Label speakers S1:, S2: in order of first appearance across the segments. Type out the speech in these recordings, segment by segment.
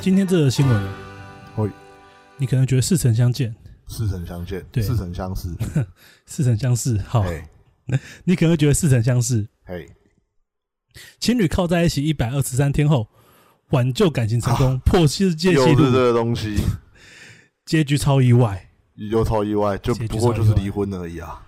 S1: 今天这个新闻啊，
S2: 会
S1: 你可能觉得似曾相见，
S2: 似曾相见，
S1: 对哦
S2: 似曾相识。
S1: 似曾相识。好，
S2: 哎
S1: 你可能会觉得似曾相识。
S2: 哎，
S1: 情侣靠在一起一百二十三天后，挽救感情成功，破世界
S2: 啊有
S1: 纪
S2: 是这
S1: 录，
S2: 个东西，
S1: 结局超意外。
S2: 有超意外，就
S1: 结局
S2: 不过就是
S1: 超意外
S2: 离婚而已啊，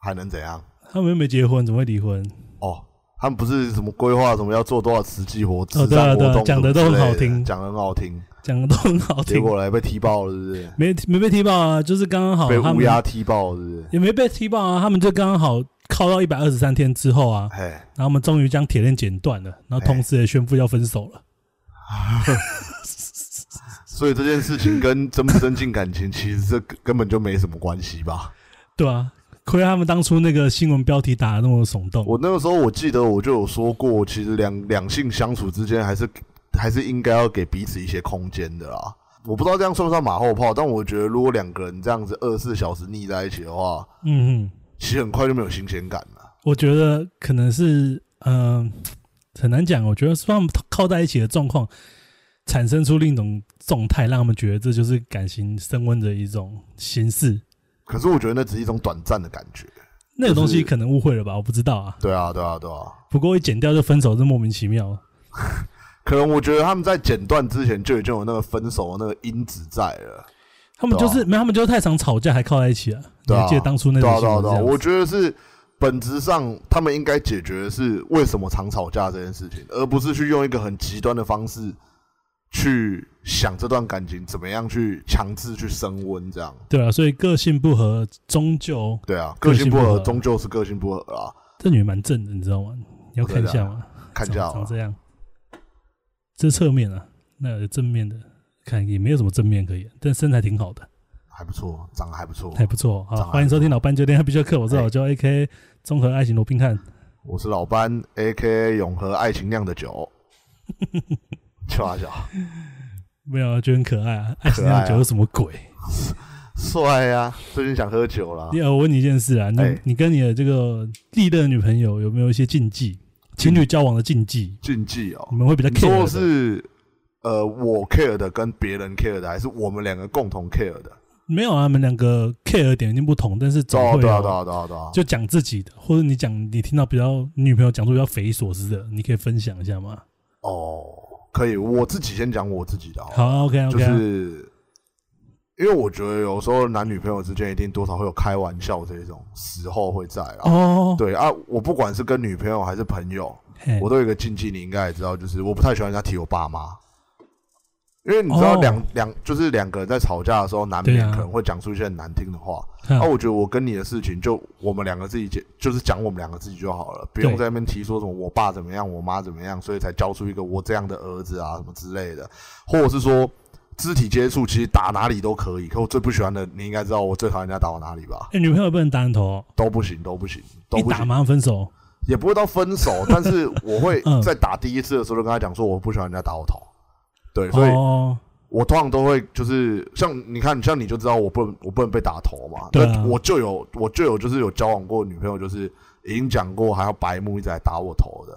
S2: 还能怎样？
S1: 他们又没结婚，怎么会离婚？
S2: 哦，他们不是什么规划，什么要做多少实际活、慈
S1: 对啊
S2: 善活
S1: 对啊
S2: 动，
S1: 讲
S2: 的
S1: 得都很好听
S2: 讲的很好听，
S1: 讲的都很好
S2: 结
S1: 听，
S2: 果来被踢爆了，是不是？
S1: 没没被踢爆啊，就是刚刚好
S2: 被
S1: 他
S2: 乌
S1: 们
S2: 鸦踢爆了，是不是？
S1: 也没被踢爆啊，他们就刚刚好靠到一百二十三天之后啊，
S2: 嘿，
S1: 然后我们终于将铁链剪断了，然后同时也宣布要分手了。
S2: 所以这件事情跟增不增进感情，其实这根本就没什么关系吧？
S1: 对啊，亏他们当初那个新闻标题打的那么耸动。
S2: 我那个时候我记得我就有说过，其实两两性相处之间还是还是应该要给彼此一些空间的啦。我不知道这样算不算马后炮，但我觉得如果两个人这样子二十四小时腻在一起的话，
S1: 嗯嗯，
S2: 其实很快就没有新鲜感了。
S1: 我觉得可能是嗯、很难讲。我觉得是他们靠在一起的状况，产生出另一种状态，让他们觉得这就是感情升温的一种形式。
S2: 可是我觉得那只是一种短暂的感觉。
S1: 那个东
S2: 就
S1: 西
S2: 是
S1: 可能误会了吧，我不知道啊。
S2: 对啊，对啊，对啊。
S1: 不过一剪掉就分手，是莫名其妙。
S2: 可能我觉得他们在剪断之前就已经有那个分手的那个因子在了。
S1: 他们就是、
S2: 对啊
S1: 没有，他们就是太常吵架还靠在一起啊。你
S2: 对啊
S1: 还记得当初那
S2: 对
S1: 种
S2: 啊，
S1: 新
S2: 对啊，
S1: 闻这
S2: 对啊。
S1: 样
S2: 我
S1: 子？
S2: 觉得是本质上他们应该解决的是为什么常吵架这件事情，而不是去用一个很极端的方式去想这段感情怎么样去强制去升温这样。
S1: 对啊，所以个性不合，终究
S2: 对啊，
S1: 个
S2: 个
S1: 性
S2: 性
S1: 不
S2: 不
S1: 合
S2: 合终究是个性不合啊，
S1: 这女的蛮正的，你知道吗？你要看一下吗？
S2: 看一
S1: 长
S2: 下
S1: 长
S2: 啊
S1: 这样，这侧面啊，那有正面的看也没有什么正面可以，但身材挺好的，
S2: 还不错，长得还不错。
S1: 还不错。
S2: 长得哎
S1: 好，
S2: 还
S1: 欢迎收听老班酒店必修课，我是老焦 A K 综合爱情罗宾汉。
S2: 我是老班，A K A 永和爱情酿 的酒。笑啊笑，
S1: 没有啊，觉得很可爱啊！爱情酿酒是什么鬼？
S2: 哎帅啊！最近想喝酒了
S1: 第，二，我问你一件事啊，你
S2: 哎
S1: 你跟你的这个历任女朋友有没有一些禁忌？情侣交往的禁忌，
S2: 禁忌哦。
S1: 你们会比较
S2: 你说
S1: care
S2: 的
S1: 的
S2: 是呃我 care 的跟别人 care 的，还是我们两个共同 care 的？
S1: 没有啊，他们两个 care 点一定不同，但是总
S2: 对啊
S1: 会
S2: 对啊
S1: 有
S2: 对啊对啊对啊！
S1: 就讲自己的，或者你讲你听到比较女朋友讲出比较匪夷所思的，你可以分享一下吗？
S2: 哦，可以，我自己先讲我自己的好了，
S1: 好啊，OK 啊
S2: 就
S1: OK，啊、
S2: 是因为我觉得有时候男女朋友之间一定多少会有开玩笑这种时候会在啦。
S1: 哦，
S2: 对啊，我不管是跟女朋友还是朋友，
S1: 嘿
S2: 我都有一个禁忌，你应该也知道，就是我不太喜欢人家提我爸妈，因为你知道
S1: 哦
S2: 两两、就是两个人在吵架的时候，难
S1: 对
S2: 免
S1: 啊
S2: 可能会讲出一些很难听的话。
S1: 哈
S2: 啊，我觉得我跟你的事情，就我们两个自己解，就是讲我们两个自己就好了，不用
S1: 对
S2: 在那边提说什么我爸怎么样，我妈怎么样，所以才教出一个我这样的儿子啊什么之类的，或者是说肢体接触，其实打哪里都可以。可我最不喜欢的，你应该知道我最讨厌人家打我哪里吧？
S1: 哎女朋友不能打你头哦，
S2: 都不行，都不行，都
S1: 一
S2: 不
S1: 打
S2: 行，
S1: 马上分手。
S2: 也不会到分手，但是我会
S1: 嗯
S2: 在打第一次的时候就跟他讲说，我不喜欢人家打我头。对，所以
S1: 哦，
S2: 我通常都会就是像你看，像你就知道我不能我不能被打头嘛。
S1: 对啊
S2: 那我就有我就有就是有交往过的女朋友，就是已经讲过还要白目一直来打我头的，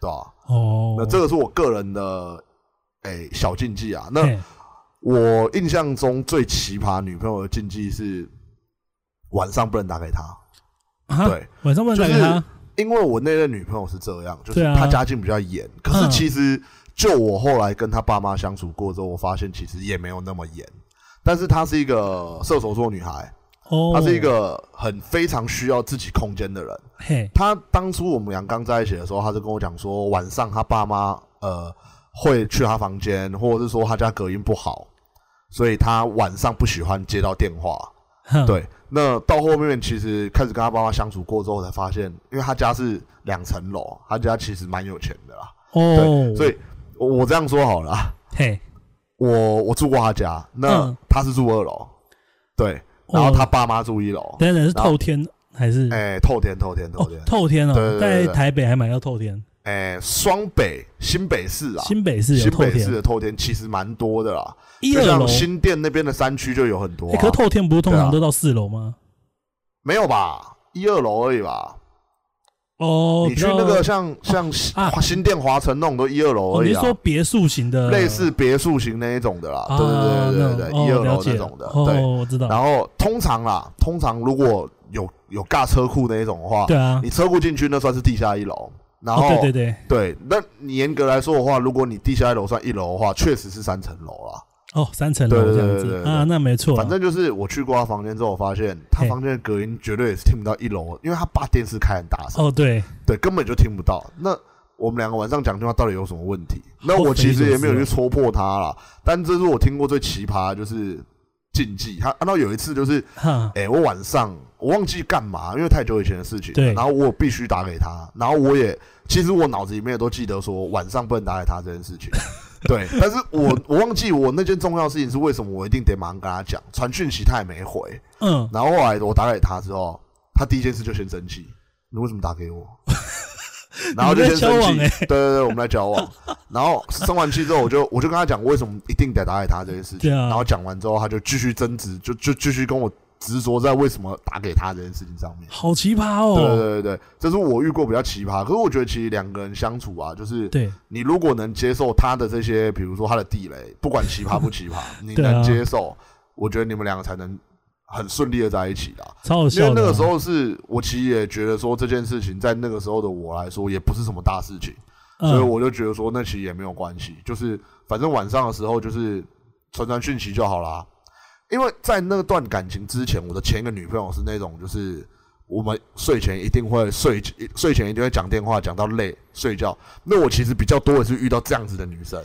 S2: 对吧、
S1: 哦，
S2: 那这个是我个人的诶、小禁忌啊。那
S1: 嘿
S2: 我印象中最奇葩女朋友的禁忌是晚上不能打给她，
S1: 啊，
S2: 对，
S1: 晚上不能打给他，
S2: 因为我那任女朋友是这样，就是
S1: 对啊
S2: 她家境比较严，可是
S1: 嗯
S2: 其实就我后来跟她爸妈相处过之后，我发现其实也没有那么严。但是她是一个射手座女孩，
S1: 哦，
S2: 她是一个很非常需要自己空间的人。
S1: 嘿，
S2: 她当初我们俩刚在一起的时候，她就跟我讲说，晚上她爸妈呃会去她房间，或者是说她家隔音不好，所以她晚上不喜欢接到电话。
S1: 哼，
S2: 对，那到后面其实开始跟他爸妈相处过之后，才发现，因为他家是两层楼，他家其实蛮有钱的啦。
S1: 哦，
S2: 所以我我这样说好了啊，
S1: 嘿，
S2: 我我住过他家，那
S1: 嗯
S2: 他是住二楼，对，然后他
S1: 哦
S2: 爸妈住一楼，
S1: 等等是透天还是
S2: 哎、透天透天透
S1: 哦
S2: 天，
S1: 透天哦，
S2: 对对对对
S1: 在
S2: 对
S1: 台北还买到透天，
S2: 哎、双北新北市啊，
S1: 新北市有
S2: 新
S1: 透
S2: 北市
S1: 天，
S2: 的透天其实蛮多的啦，
S1: 一
S2: 就
S1: 二楼
S2: 像，新店那边的山区就有很多、
S1: 哎，
S2: 啊，
S1: 可透天不是通
S2: 对
S1: 常
S2: 啊
S1: 都到四楼吗？
S2: 没有吧，一二楼而已吧，
S1: 哦，
S2: 你
S1: 比
S2: 去
S1: 较
S2: 那个像像新
S1: 啊
S2: 新店华城那种都一二楼
S1: 哦，
S2: 而
S1: 你
S2: 已
S1: 是
S2: 啊，
S1: 说别墅型的，
S2: 类似别墅型那一种的啦，
S1: 啊，
S2: 对对对对
S1: 那
S2: 对，一二
S1: 哦了
S2: 楼
S1: 解
S2: 那
S1: 了
S2: 种的，对。
S1: 哦，我知道，
S2: 然后通常啦，通常如果有有尬车库那一种的话，
S1: 对啊，
S2: 你车库进去那算是地下一楼。然后、
S1: 哦对对对，
S2: 对那你严格来说的话，如果你地下一楼算一楼的话，确实是三层楼啦。
S1: 哦，三层
S2: 对
S1: 楼
S2: 对
S1: 这样
S2: 对对
S1: 子
S2: 对
S1: 啊，那没错啦，
S2: 反正就是我去过他房间之后，我发现他
S1: 嘿
S2: 房间的隔音绝对也是听不到一楼，因为他把电视开很大声，
S1: 哦对，
S2: 对，根本就听不到。那我们两个晚上讲电话到底有什么问题？那
S1: 好匪夷哦
S2: 我其实也没有
S1: 所
S2: 去
S1: 思
S2: 戳破他啦，但这是我听过最奇葩的就是禁忌。他按照有一次就是
S1: 哈，
S2: 哎、我晚上我忘记干嘛，因为太久以前的事情了。
S1: 对
S2: 然后我必须打给他，然后我也其实我脑子里面也都记得说晚上不能打给他这件事情。 对，但是我我忘记我那件重要的事情是为什么，我一定得马上跟他讲。传讯息他也没回，
S1: 嗯，
S2: 然后后来我打给他之后，他第一件事就先生气，你为什么 打给我？然后就先生
S1: 你
S2: 气，
S1: 们在交往欸
S2: 对对对，我们来交 往。然后生完气之后，我就我就跟他讲为什么一定得打给他这件事情。
S1: 对啊
S2: 然后讲完之后，他就继续争执，就就继续跟我执着在为什么打给他这件事情上面。
S1: 好奇葩
S2: 对
S1: 哦，
S2: 对对对，这是我遇过比较奇葩。可是我觉得其实两个人相处啊，就是
S1: 对，
S2: 你如果能接受他的这些，比如说他的地雷，不管奇葩不奇葩，你
S1: 对啊
S2: 能接受，我觉得你们两个才能很顺利的在一起啦。
S1: 超好
S2: 因为
S1: 笑的啊，
S2: 那个时候是我其实也觉得说这件事情，在那个时候的我来说也不是什么大事情，
S1: 嗯，
S2: 所以我就觉得说那其实也没有关系，就是反正晚上的时候就是传传讯息就好啦。因为在那段感情之前，我的前一个女朋友是那种就是我们睡前一定会睡睡前一定会讲电话，讲到累睡觉。那我其实比较多的是遇到这样子的女生，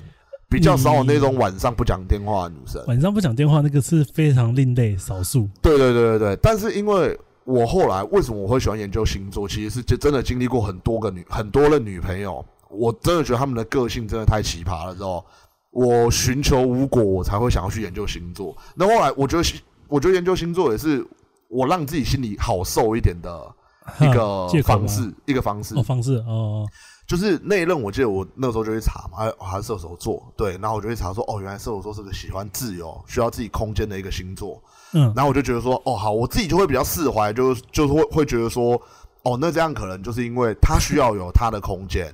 S2: 比较少有那种晚上不讲电话的女生。
S1: 晚上不讲电话那个是非常另类少数，
S2: 对对对对对，但是因为我后来为什么我会喜欢研究星座，其实是真真的经历过很多个女很多任女朋友，我真的觉得她们的个性真的太奇葩了之后，我寻求无果，我才会想要去研究星座。那后来我觉得星，我觉得研究星座也是我让自己心里好受一点的一
S1: 哈
S2: 个
S1: 借口吗啊
S2: 方式，一个方式
S1: 哦，。方式哦，
S2: 就是那一任，我记得我那时候就去查嘛，哎，我还是射手座，对，然后我就去查说，哦，原来射手座是个喜欢自由、需要自己空间的一个星座。
S1: 嗯，
S2: 然后我就觉得说，哦，好，我自己就会比较释怀，就是就是会会觉得说，哦，那这样可能就是因为他需要有他的空间。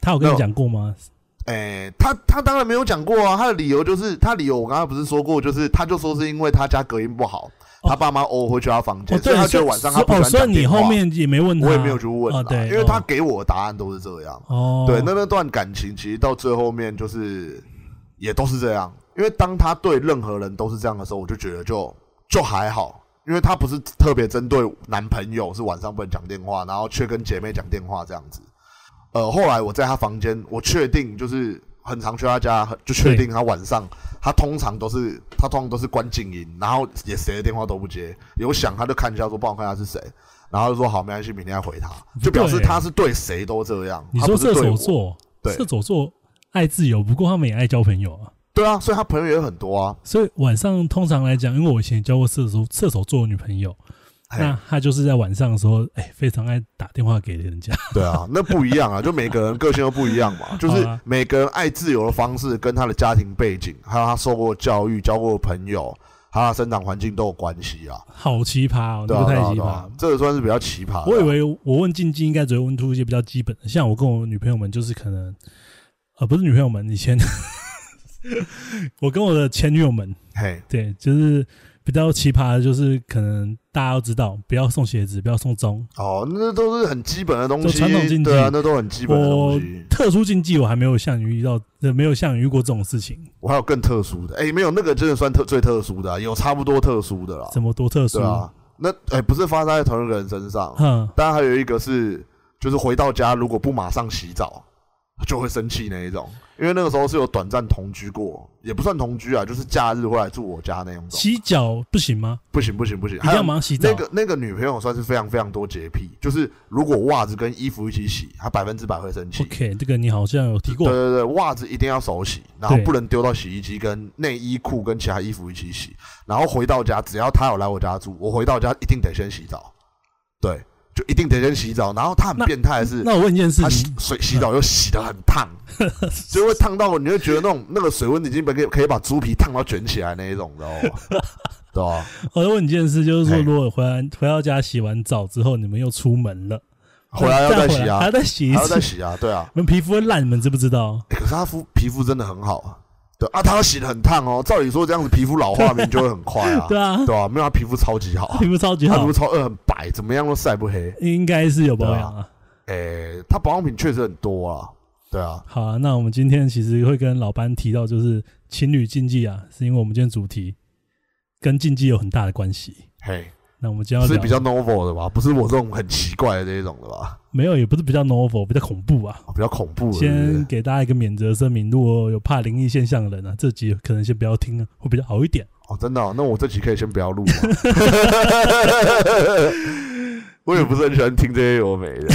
S1: 他有跟
S2: 那
S1: 你讲过吗？
S2: 诶，他他当然没有讲过啊，他的理由就是他理由我刚才不是说过，就是他就说是因为他家隔音不好，
S1: 哦
S2: 他爸妈偶尔会去他房间，
S1: 哦，
S2: 所以
S1: 对，
S2: 他觉
S1: 所
S2: 得
S1: 以
S2: 晚上他不喜
S1: 哦，
S2: 欢
S1: 所以
S2: 讲
S1: 你
S2: 电话
S1: 后。面也没问他，
S2: 我也没有去问
S1: 哦
S2: 啊，
S1: 对，
S2: 因为他
S1: 哦
S2: 给我的答案都是这样。
S1: 哦，
S2: 对，那那段感情其实到最后面就是也都是这样，因为当他对任何人都是这样的时候，我就觉得就就还好，因为他不是特别针对男朋友是晚上不能讲电话，然后却跟姐妹讲电话这样子。呃，后来我在他房间，我确定就是很常去他家，就确定他晚上他通常都是他通常都是关静音，然后也谁的电话都不接，有响他就看一下说帮我看一下是谁。然后就说好，没关系，明天再回他，就表示
S1: 对
S2: 他是对谁都这样。
S1: 你
S2: 他
S1: 说
S2: 不是
S1: 射
S2: 对
S1: 手
S2: 我
S1: 座，
S2: 对
S1: 射手座爱自由，不过他们也爱交朋友啊。
S2: 对啊，所以他朋友也很多啊。
S1: 所以晚上通常来讲，因为我以前也交过射手射手座的女朋友，
S2: 嘿
S1: 那她就是在晚上的时候，哎、非常爱打电话给人家。
S2: 对啊，那不一样啊，就每个人个性都不一样嘛，就是每个人爱自由的方式跟他的家庭背景，还有他受过教育、交过的朋友，还有他生长环境都有关系啊。
S1: 好奇葩哦，
S2: 对
S1: 那
S2: 啊，
S1: 个
S2: 对
S1: 太
S2: 啊，
S1: 奇
S2: 对
S1: 葩。
S2: 啊，这个算是比较奇葩的啊。
S1: 我以为我问禁忌应该只会问出一些比较基本的，像我跟我女朋友们就是可能，呃，不是女朋友们，以前 我跟我的前女友们，
S2: 嘿，
S1: 对，就是比较奇葩的，就是可能大家都知道，不要送鞋子，不要送钟，
S2: 哦，那都是很基本的东
S1: 就
S2: 西，
S1: 传统禁忌
S2: 对啊，那都很基本的东西。
S1: 特殊禁忌我还没有像你遇到，呃没有像你遇过这种事情，
S2: 我还有更特殊的，哎，没有那个真的算特最特殊的啊，有差不多特殊的啦，
S1: 怎么多特殊？
S2: 对啊。那哎，不是发生在同一个人身上，啊
S1: 哼，
S2: 当然还有一个是，就是回到家如果不马上洗澡，就会生气那一种。因为那个时候是有短暂同居过，也不算同居啊，就是假日会来住我家那种。
S1: 洗脚不行吗？
S2: 不行不行不行，
S1: 一定
S2: 还
S1: 要
S2: 有
S1: 马上洗澡？
S2: 那个那个女朋友算是非常非常多洁癖，就是如果袜子跟衣服一起洗，她百分之百会生气。
S1: OK，这个你好像有提
S2: 对
S1: 过，
S2: 对对，袜子一定要手洗，然后
S1: 对
S2: 不能丢到洗衣机，跟内衣裤跟其他衣服一起洗。然后回到家，只要她有来我家住，我回到家一定得先洗澡。对，就一定得先洗澡。然后她很
S1: 那
S2: 变态的是，
S1: 那我问一件事
S2: 他洗
S1: 情，
S2: 水洗澡又洗得很 烫，就会烫到你会觉得那种那个水温已经把可以可以把猪皮烫到卷起来那一种，知道吗？对吧？
S1: 我要问一件事，就是说，
S2: 嘿
S1: 如果回来回到家洗完澡之后，你们又出门了，
S2: 回来要
S1: 再
S2: 再洗啊
S1: 还，要再洗一
S2: 还要再
S1: 次，
S2: 洗啊，对啊。
S1: 你们皮肤会烂，你们知不知道？
S2: 欸可是他肤皮肤真的很好啊，对啊，他洗的很烫哦。照理说这样子皮肤老化明就会很快啊，
S1: 对啊，
S2: 对啊，没有他皮肤超级好，
S1: 皮肤超级
S2: 他皮
S1: 好
S2: 肤，超呃很白，怎么样都晒不黑。
S1: 应该是有保养啊。
S2: 诶、他保养品确实很多啊，对啊，
S1: 好啊，那我们今天其实会跟老班提到，就是情侣禁忌啊，是因为我们今天主题跟禁忌有很大的关系。
S2: 嘿，
S1: 那我们今天要
S2: 是
S1: 聊
S2: 比较 novel 的吧？不是我这种很奇怪的这一种的吧？
S1: 没有，也不是比较 novel，比较恐怖啊。
S2: 比较恐怖的是不
S1: 先
S2: 是，
S1: 给大家一个免责声明，如果有怕灵异现象的人啊，这集可能先不要听啊，会比较好一点。
S2: 哦，真的哦、那我这集可以先不 要录吗？ 我也不是很喜欢听这些有的没的，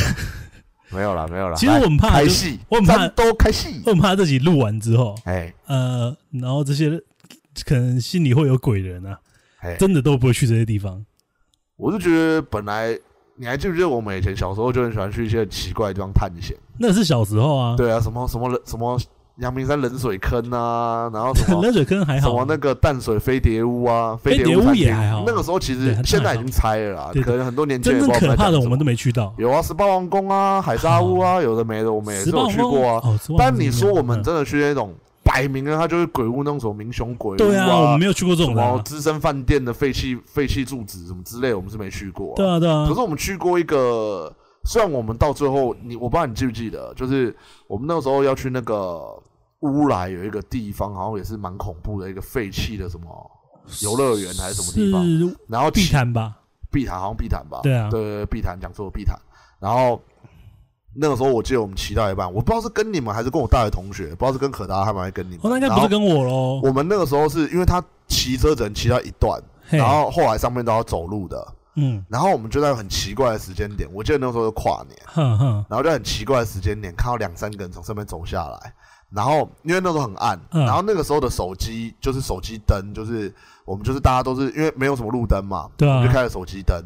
S2: 没有啦，没有啦。
S1: 其实
S2: 来
S1: 我很怕
S2: 开
S1: 就是
S2: 戏，
S1: 我很怕
S2: 战斗开戏。
S1: 我很怕这集录完之后，
S2: 哎
S1: 呃，然后这些可能心里会有鬼人啊，
S2: 哎，
S1: 真的都不会去这些地方。
S2: 我是觉得本来你还记不记得我们以前小时候就很喜欢去一些很奇怪的地方探险？
S1: 那是小时候啊，
S2: 对啊，什么什么冷什么阳明山冷水坑啊，然后什 么
S1: 冷水坑还
S2: 什
S1: 好
S2: 么
S1: 啊，
S2: 那个淡水飞碟屋啊，
S1: 飞
S2: 碟
S1: 碟屋
S2: 餐
S1: 也
S2: 厅
S1: 还好
S2: 那个时候其实
S1: 对
S2: 现在已经拆了啦，
S1: 对
S2: 可能很多年轻
S1: 真
S2: 人
S1: 正
S2: 不知道
S1: 可
S2: 在
S1: 怕
S2: 讲
S1: 的我
S2: 什
S1: 们
S2: 么
S1: 都没去到。
S2: 有啊，十八王宫啊，海沙屋啊，有的没的，我们也
S1: 十
S2: 是
S1: 八
S2: 有
S1: 王
S2: 去过啊。
S1: 哦，十八王
S2: 但你
S1: 宫
S2: 说我们
S1: 嗯
S2: 真的去那种摆明了它就是鬼屋那种什么民雄鬼屋
S1: 对啊，我们没有去过这
S2: 什
S1: 种的啊
S2: 么，资深饭店的废弃废弃住址什么之类，我们是没去过、
S1: 对啊对啊
S2: 可，是我们去过一个，虽然我们到最后，你我不知道你记不记得，就是我们那时候要去那个乌来有一个地方，好像也是蛮恐怖的一个废弃的什么游乐园还是什么地方，
S1: 是
S2: 然后
S1: 碧
S2: 起
S1: 潭吧？
S2: 碧潭好像碧潭吧？
S1: 对啊
S2: 对对，对碧潭讲错了碧潭。然后那个时候我记得我们骑到一半，我不知道是跟你们还是跟我大学同学，不知道是跟可达他们还是跟你们。
S1: 哦，那应该不是跟我喽
S2: 然后。我们那个时候是因为他骑车只能骑到一段，
S1: 嘿
S2: 然后后来上面都要走路的。
S1: 嗯，
S2: 然后我们就在很奇怪的时间点，我记得那时候是跨年，
S1: 哼哼
S2: 然后就很奇怪的时间点看到两三个人从上面走下来，然后因为那时候很暗，
S1: 嗯
S2: 然后那个时候的手机就是手机灯，就是我们就是大家都是因为没有什么路灯嘛，
S1: 对啊
S2: 我们就开了手机灯，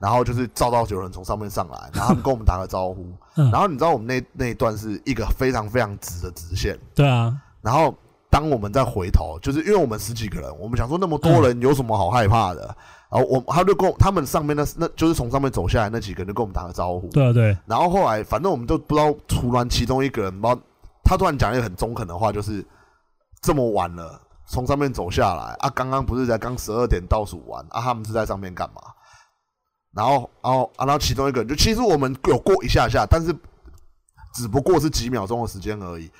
S2: 然后就是照到有人从上面上来，然后他们跟我们打个招呼，
S1: 嗯
S2: 然后你知道我们那那一段是一个非常非常直的直线，
S1: 对啊，
S2: 然后当我们再回头，就是因为我们十几个人，我们想说那么多人有什么好害怕的？然后我他就跟我他们上面那那就是从上面走下来那几个人就跟我们打个招呼。
S1: 对啊，对，
S2: 然后后来反正我们都不知道，突然其中一个人，不知道他突然讲了一个很中肯的话，就是这么晚了，从上面走下来啊，刚刚不是才刚十二点倒数完啊，他们是在上面干嘛？然后，然后，啊、然后其中一个人就其实我们有过一下下，但是只不过是几秒钟的时间而已。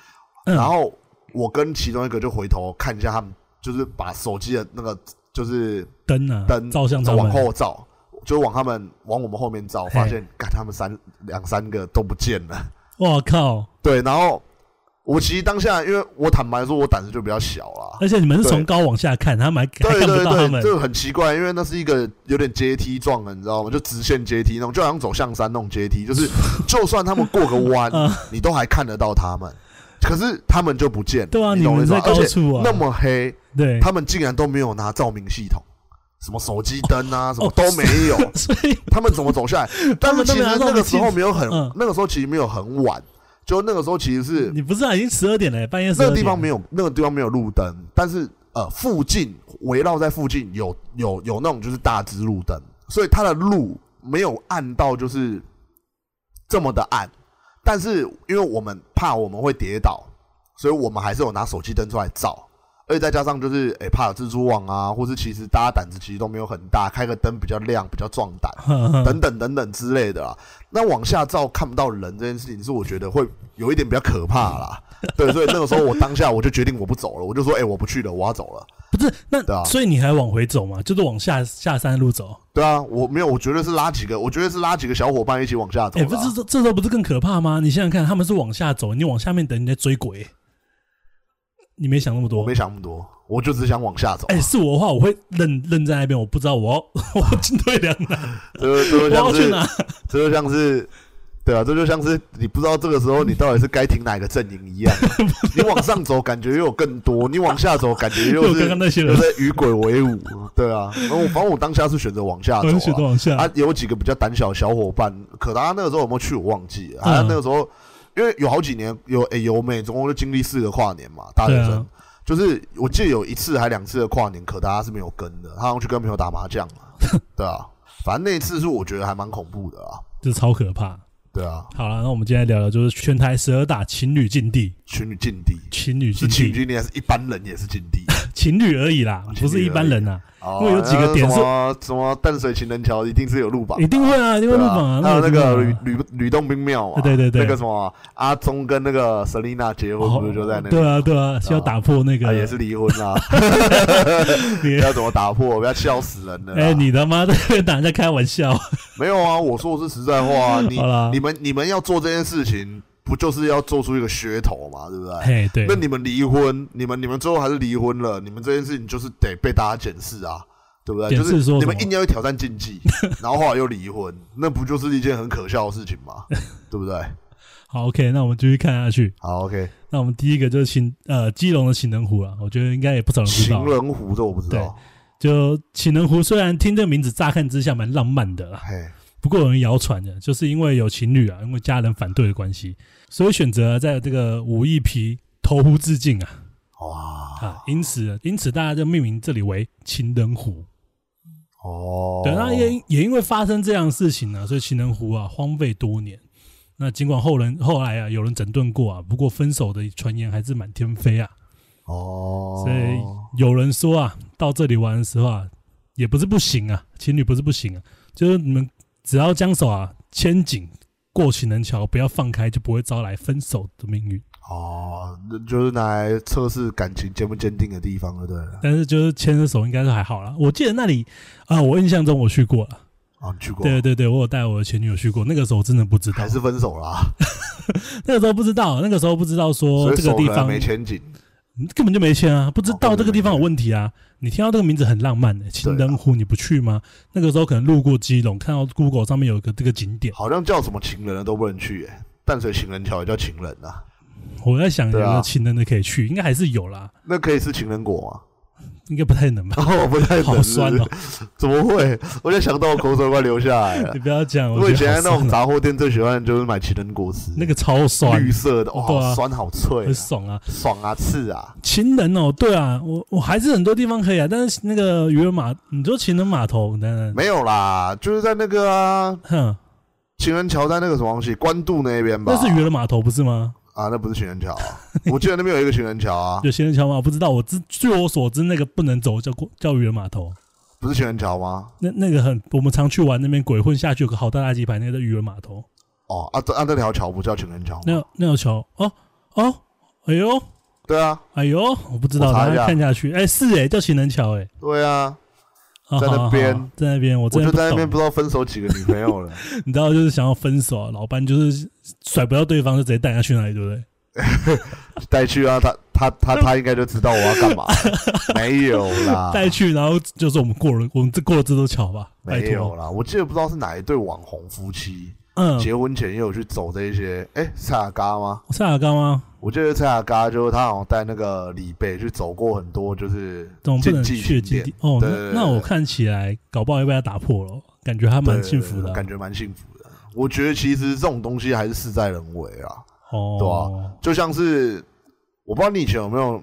S1: 嗯
S2: 然后我跟其中一个就回头看一下他们，就是把手机的那个就是
S1: 灯啊，
S2: 灯
S1: 照相他
S2: 往
S1: 们，
S2: 后照，就往他们往我们后面照，
S1: 嘿
S2: 发现看他们三两三个都不见了。
S1: 哇靠！
S2: 对，然后我其实当下，因为我坦白说，我胆子就比较小啦。
S1: 而且你们是从高往下 看，他们还还
S2: 对
S1: 看不
S2: 对
S1: 到他们
S2: 对，，这个很奇怪，因为那是一个有点阶梯状的，你知道吗？就直线阶梯那种，就好像走象山那种阶梯，就是 就算他们过个弯
S1: 嗯，
S2: 你都还看得到他们，可是他们就不见了。
S1: 对啊，
S2: 你
S1: 你
S2: 懂我
S1: 们
S2: 意思
S1: 在
S2: 吗？
S1: 高
S2: 而且
S1: 处啊，
S2: 那么黑，
S1: 对，
S2: 他们竟然都没有拿照明系统，什么手机 灯啊，什么
S1: 哦
S2: 都没有。
S1: 所以
S2: 他们怎么 走下来？但是
S1: 们都没
S2: 其实
S1: 拿
S2: 那
S1: 照
S2: 个
S1: 明
S2: 时
S1: 器
S2: 候没有很
S1: 嗯，
S2: 那个时候其实没有很晚，就那个时候其实是
S1: 你不是啊，已经十二点了，半夜十
S2: 那
S1: 二
S2: 个地方没
S1: 有
S2: 有那个地方没有路灯，但是呃附近围绕在附近有有有那种就是大支路灯，所以它的路没有暗到就是这么的暗，但是因为我们怕我们会跌倒，所以我们还是有拿手机灯出来照。而且再加上就是，诶、怕有蜘蛛网啊，或是其实大家胆子其实都没有很大，开个灯比较亮，比较壮胆。
S1: 嗯
S2: 等等等等之类的啊。那往下照看不到人这件事情，是我觉得会有一点比较可怕啦。对，所以那个时候我当下我就决定我不走了，我就说，哎、我不去了，我要走了。
S1: 不是
S2: 对啊
S1: 那，所以你还往回走嘛，就是往下下山路走。
S2: 对啊，我没有，我觉得是拉几个，我觉得是拉几个小伙伴一起往下走
S1: 哎，
S2: 啦。
S1: 不是这这时候不是更可怕吗？你想想看，他们是往下走，你往下面等，你在追鬼，你没想那么
S2: 我
S1: 多
S2: 没。想那么多，我就只想往下走。
S1: 哎，是我的话，我会愣愣在那边，我不知道我要 我要进对两难，
S2: 这个这
S1: 我
S2: 就
S1: 要
S2: 像
S1: 去
S2: 是，
S1: 哪？
S2: 这就像是。对啊，这就像是你不知道这个时候你到底是该挺哪个阵营一样。啊你往上走感觉又有更多，你往下走感觉又
S1: 就是刚刚那些
S2: 又
S1: 人，
S2: 在与鬼为伍。对啊，然后我反正我当下是选择往下
S1: 我
S2: 走、
S1: 就选择
S2: 啊。
S1: 往下
S2: 啊，。有几个比较胆小的小伙伴，可他那个时候有没有去我忘记了。
S1: 嗯
S2: 啊，那个时候因为有好几年有诶、有美，总共就经历四个跨年嘛，大学
S1: 对
S2: 生。
S1: 啊
S2: 就是我记得有一次还两次的跨年，可他是没有跟的，他好像去跟 朋友打麻将嘛。对啊，反正那一次是我觉得还蛮恐怖的啊。
S1: 这超可怕。
S2: 对啊，
S1: 好了，那我们今天聊聊就是全台十二大情侣禁地，
S2: 情侣禁地
S1: 情侣
S2: 是
S1: 禁
S2: 情侣
S1: 地，
S2: 禁地，还是一般人也是禁 地？
S1: 情侣而已啦，不是一般人啊，
S2: 哦
S1: 因为有几个点是
S2: 那什么什么淡水情人桥，一定是有路榜的啊，
S1: 一定会啊，一定会
S2: 对
S1: 入
S2: 啊
S1: 榜啊。
S2: 还有那
S1: 我
S2: 个
S1: 就
S2: 吕
S1: 说
S2: 吕吕洞宾庙嘛，
S1: 对对对
S2: 那个什么啊阿忠跟那个 Selina 结婚，不是就在那
S1: 哦
S2: 里？
S1: 对啊，对啊，是要打破那
S2: 啊，
S1: 个
S2: 也是离婚啦，
S1: 你
S2: 要怎么打破？不要笑死人了啦。
S1: 哎，你他妈在拿人家开玩 笑，
S2: 没有啊，我说的是实在话啊，你
S1: 好啦
S2: 你们你们要做这件事情，不就是要做出一个噱头嘛，对不对？
S1: 嘿，对
S2: 那，你们离婚，你们你们最后还是离婚了，你们这件事情就是得被大家检视啊，对不对？
S1: 检
S2: 就
S1: 视
S2: 是
S1: 说
S2: 你
S1: 什
S2: 们
S1: 么
S2: 硬要去挑战禁忌， 然后后来又离婚，那不就是一件很可笑的事情 吗？对不对？
S1: 好，OK，那我们继续看下去。
S2: 好，OK，
S1: 那我们第一个就是情呃基隆的情人湖啊，我觉得应该也不少人知道
S2: 情。人湖这我不知道，
S1: 就情人湖虽然听这名字乍看之下蛮浪漫的啦，
S2: 嘿，
S1: 不过有人谣传的，就是因为有情侣啊，因为家人反对的关系，所以选择在这个武义皮投湖自尽啊
S2: 哇，
S1: 啊，因此因此大家就命名这里为情人湖。
S2: 哦，
S1: 对，那也也因为发生这样的事情呢、所以情人湖啊荒废多年。那尽管后人后来啊有人整顿过啊，不过分手的传言还是满天飞啊。
S2: 哦，
S1: 所以有人说啊，到这里玩的时候啊，也不是不行啊，情侣不是不行啊，就是你们只要将手啊牵紧过情人桥，不要放开，就不会招来分手的命运。
S2: 哦，那就是拿来测试感情坚不坚定的地方，就对了。
S1: 但是就是牵着手应该是还好啦。我记得那里啊、我印象中我去过了，
S2: 啊，你去过？
S1: 对对对，我有带我的前女友去过，那个时候我真的不知道
S2: 还，是分手啦，
S1: 那个时候不知道，那个时候不知道
S2: 所
S1: 说
S2: 以
S1: 哦这个
S2: 手
S1: 地
S2: 可能
S1: 方
S2: 没前景。
S1: 嗯根本就没钱啊，不知
S2: 哦根
S1: 道
S2: 本
S1: 这个地方有问题啊。你听到这个名字很浪漫的、欸情人湖，你不去吗？
S2: 啊
S1: 那个时候可能路过基隆，看到 Google 上面有一个这个景 点，
S2: 好像叫什么情人的都不能去、欸，淡水情人桥也叫情人啊，
S1: 我在想有
S2: 对啊
S1: 个情人的可以去，应该还是有啦，
S2: 那可以吃情人果吗？
S1: 应该不太 能吧？
S2: 然后我不太 懂
S1: 好酸哦、
S2: 怎么会？我就想到我口水快流下来 了
S1: 你。不要讲，
S2: 我
S1: 我
S2: 以
S1: 觉
S2: 前
S1: 得
S2: 在
S1: 好
S2: 那
S1: 酸、
S2: 种
S1: 哦
S2: 杂货店最喜欢的就是买情人果汁，
S1: 那个超酸，
S2: 绿色的，哇，
S1: 对啊
S2: 好酸好脆、
S1: 很
S2: 啊，
S1: 爽啊！
S2: 爽啊，刺啊，
S1: 情人哦、对啊，我我还是很多地方可以啊，但是那个渔人码，你说情人码头，等等，
S2: 没有啦，就是在那个啊，
S1: 哼，
S2: 情人桥在那个什么东西，关渡那边吧？
S1: 那是渔人码头不是吗？
S2: 啊，那不是情人桥、啊， 我记得那边有一个情人 桥啊，
S1: 有情人桥吗？我不知道，我知据我所知，那个不能走叫过叫渔人码头。
S2: 不是情人桥吗？
S1: 那那个很，我们常去玩那边鬼混下去有个好大大鸡排，那个叫渔人码头，
S2: 哦，啊，这啊那条桥不叫情人桥吗？
S1: 那那条桥哦哦，哎呦
S2: 对啊，
S1: 哎呦，我不知道，
S2: 我查一
S1: 大
S2: 下
S1: 家看下去，哎是哎叫情人桥哎，
S2: 对啊，
S1: 啊
S2: 在那
S1: 好好好
S2: 边
S1: 在那边，我
S2: 我
S1: 真
S2: 就
S1: 的
S2: 在那边不
S1: 懂，
S2: 知道分手几个女朋友了，
S1: 你知道就是想要分手啊，老班就是甩不到对方就直接带他去那里，对不对？
S2: 带去啊，他他他他应该就知道我要干 嘛，没有啦，
S1: 带去，然后就是我们过了，我们这过了这座桥吧，拜
S2: 没有
S1: 托，
S2: 啦，我记得不知道是哪一对网红夫妻
S1: 嗯，
S2: 结婚前也有去走这些，哎，蔡雅嘎吗？
S1: 塞尔干吗？
S2: 我记得蔡雅嘎就是他好像带那个李贝去走过很多就是
S1: 总不
S2: 禁
S1: 能
S2: 忌
S1: 去基地
S2: 景点，
S1: 哦，
S2: 对对
S1: 那
S2: 对
S1: 那我
S2: 对
S1: 看起来搞不好要被他打破了，感觉还
S2: 对
S1: 蛮幸福的啊，
S2: 感觉蛮幸福的。我觉得其实这种东西还是事在人为啊，对
S1: 哦
S2: 啊，就像是我不知道你以前有没有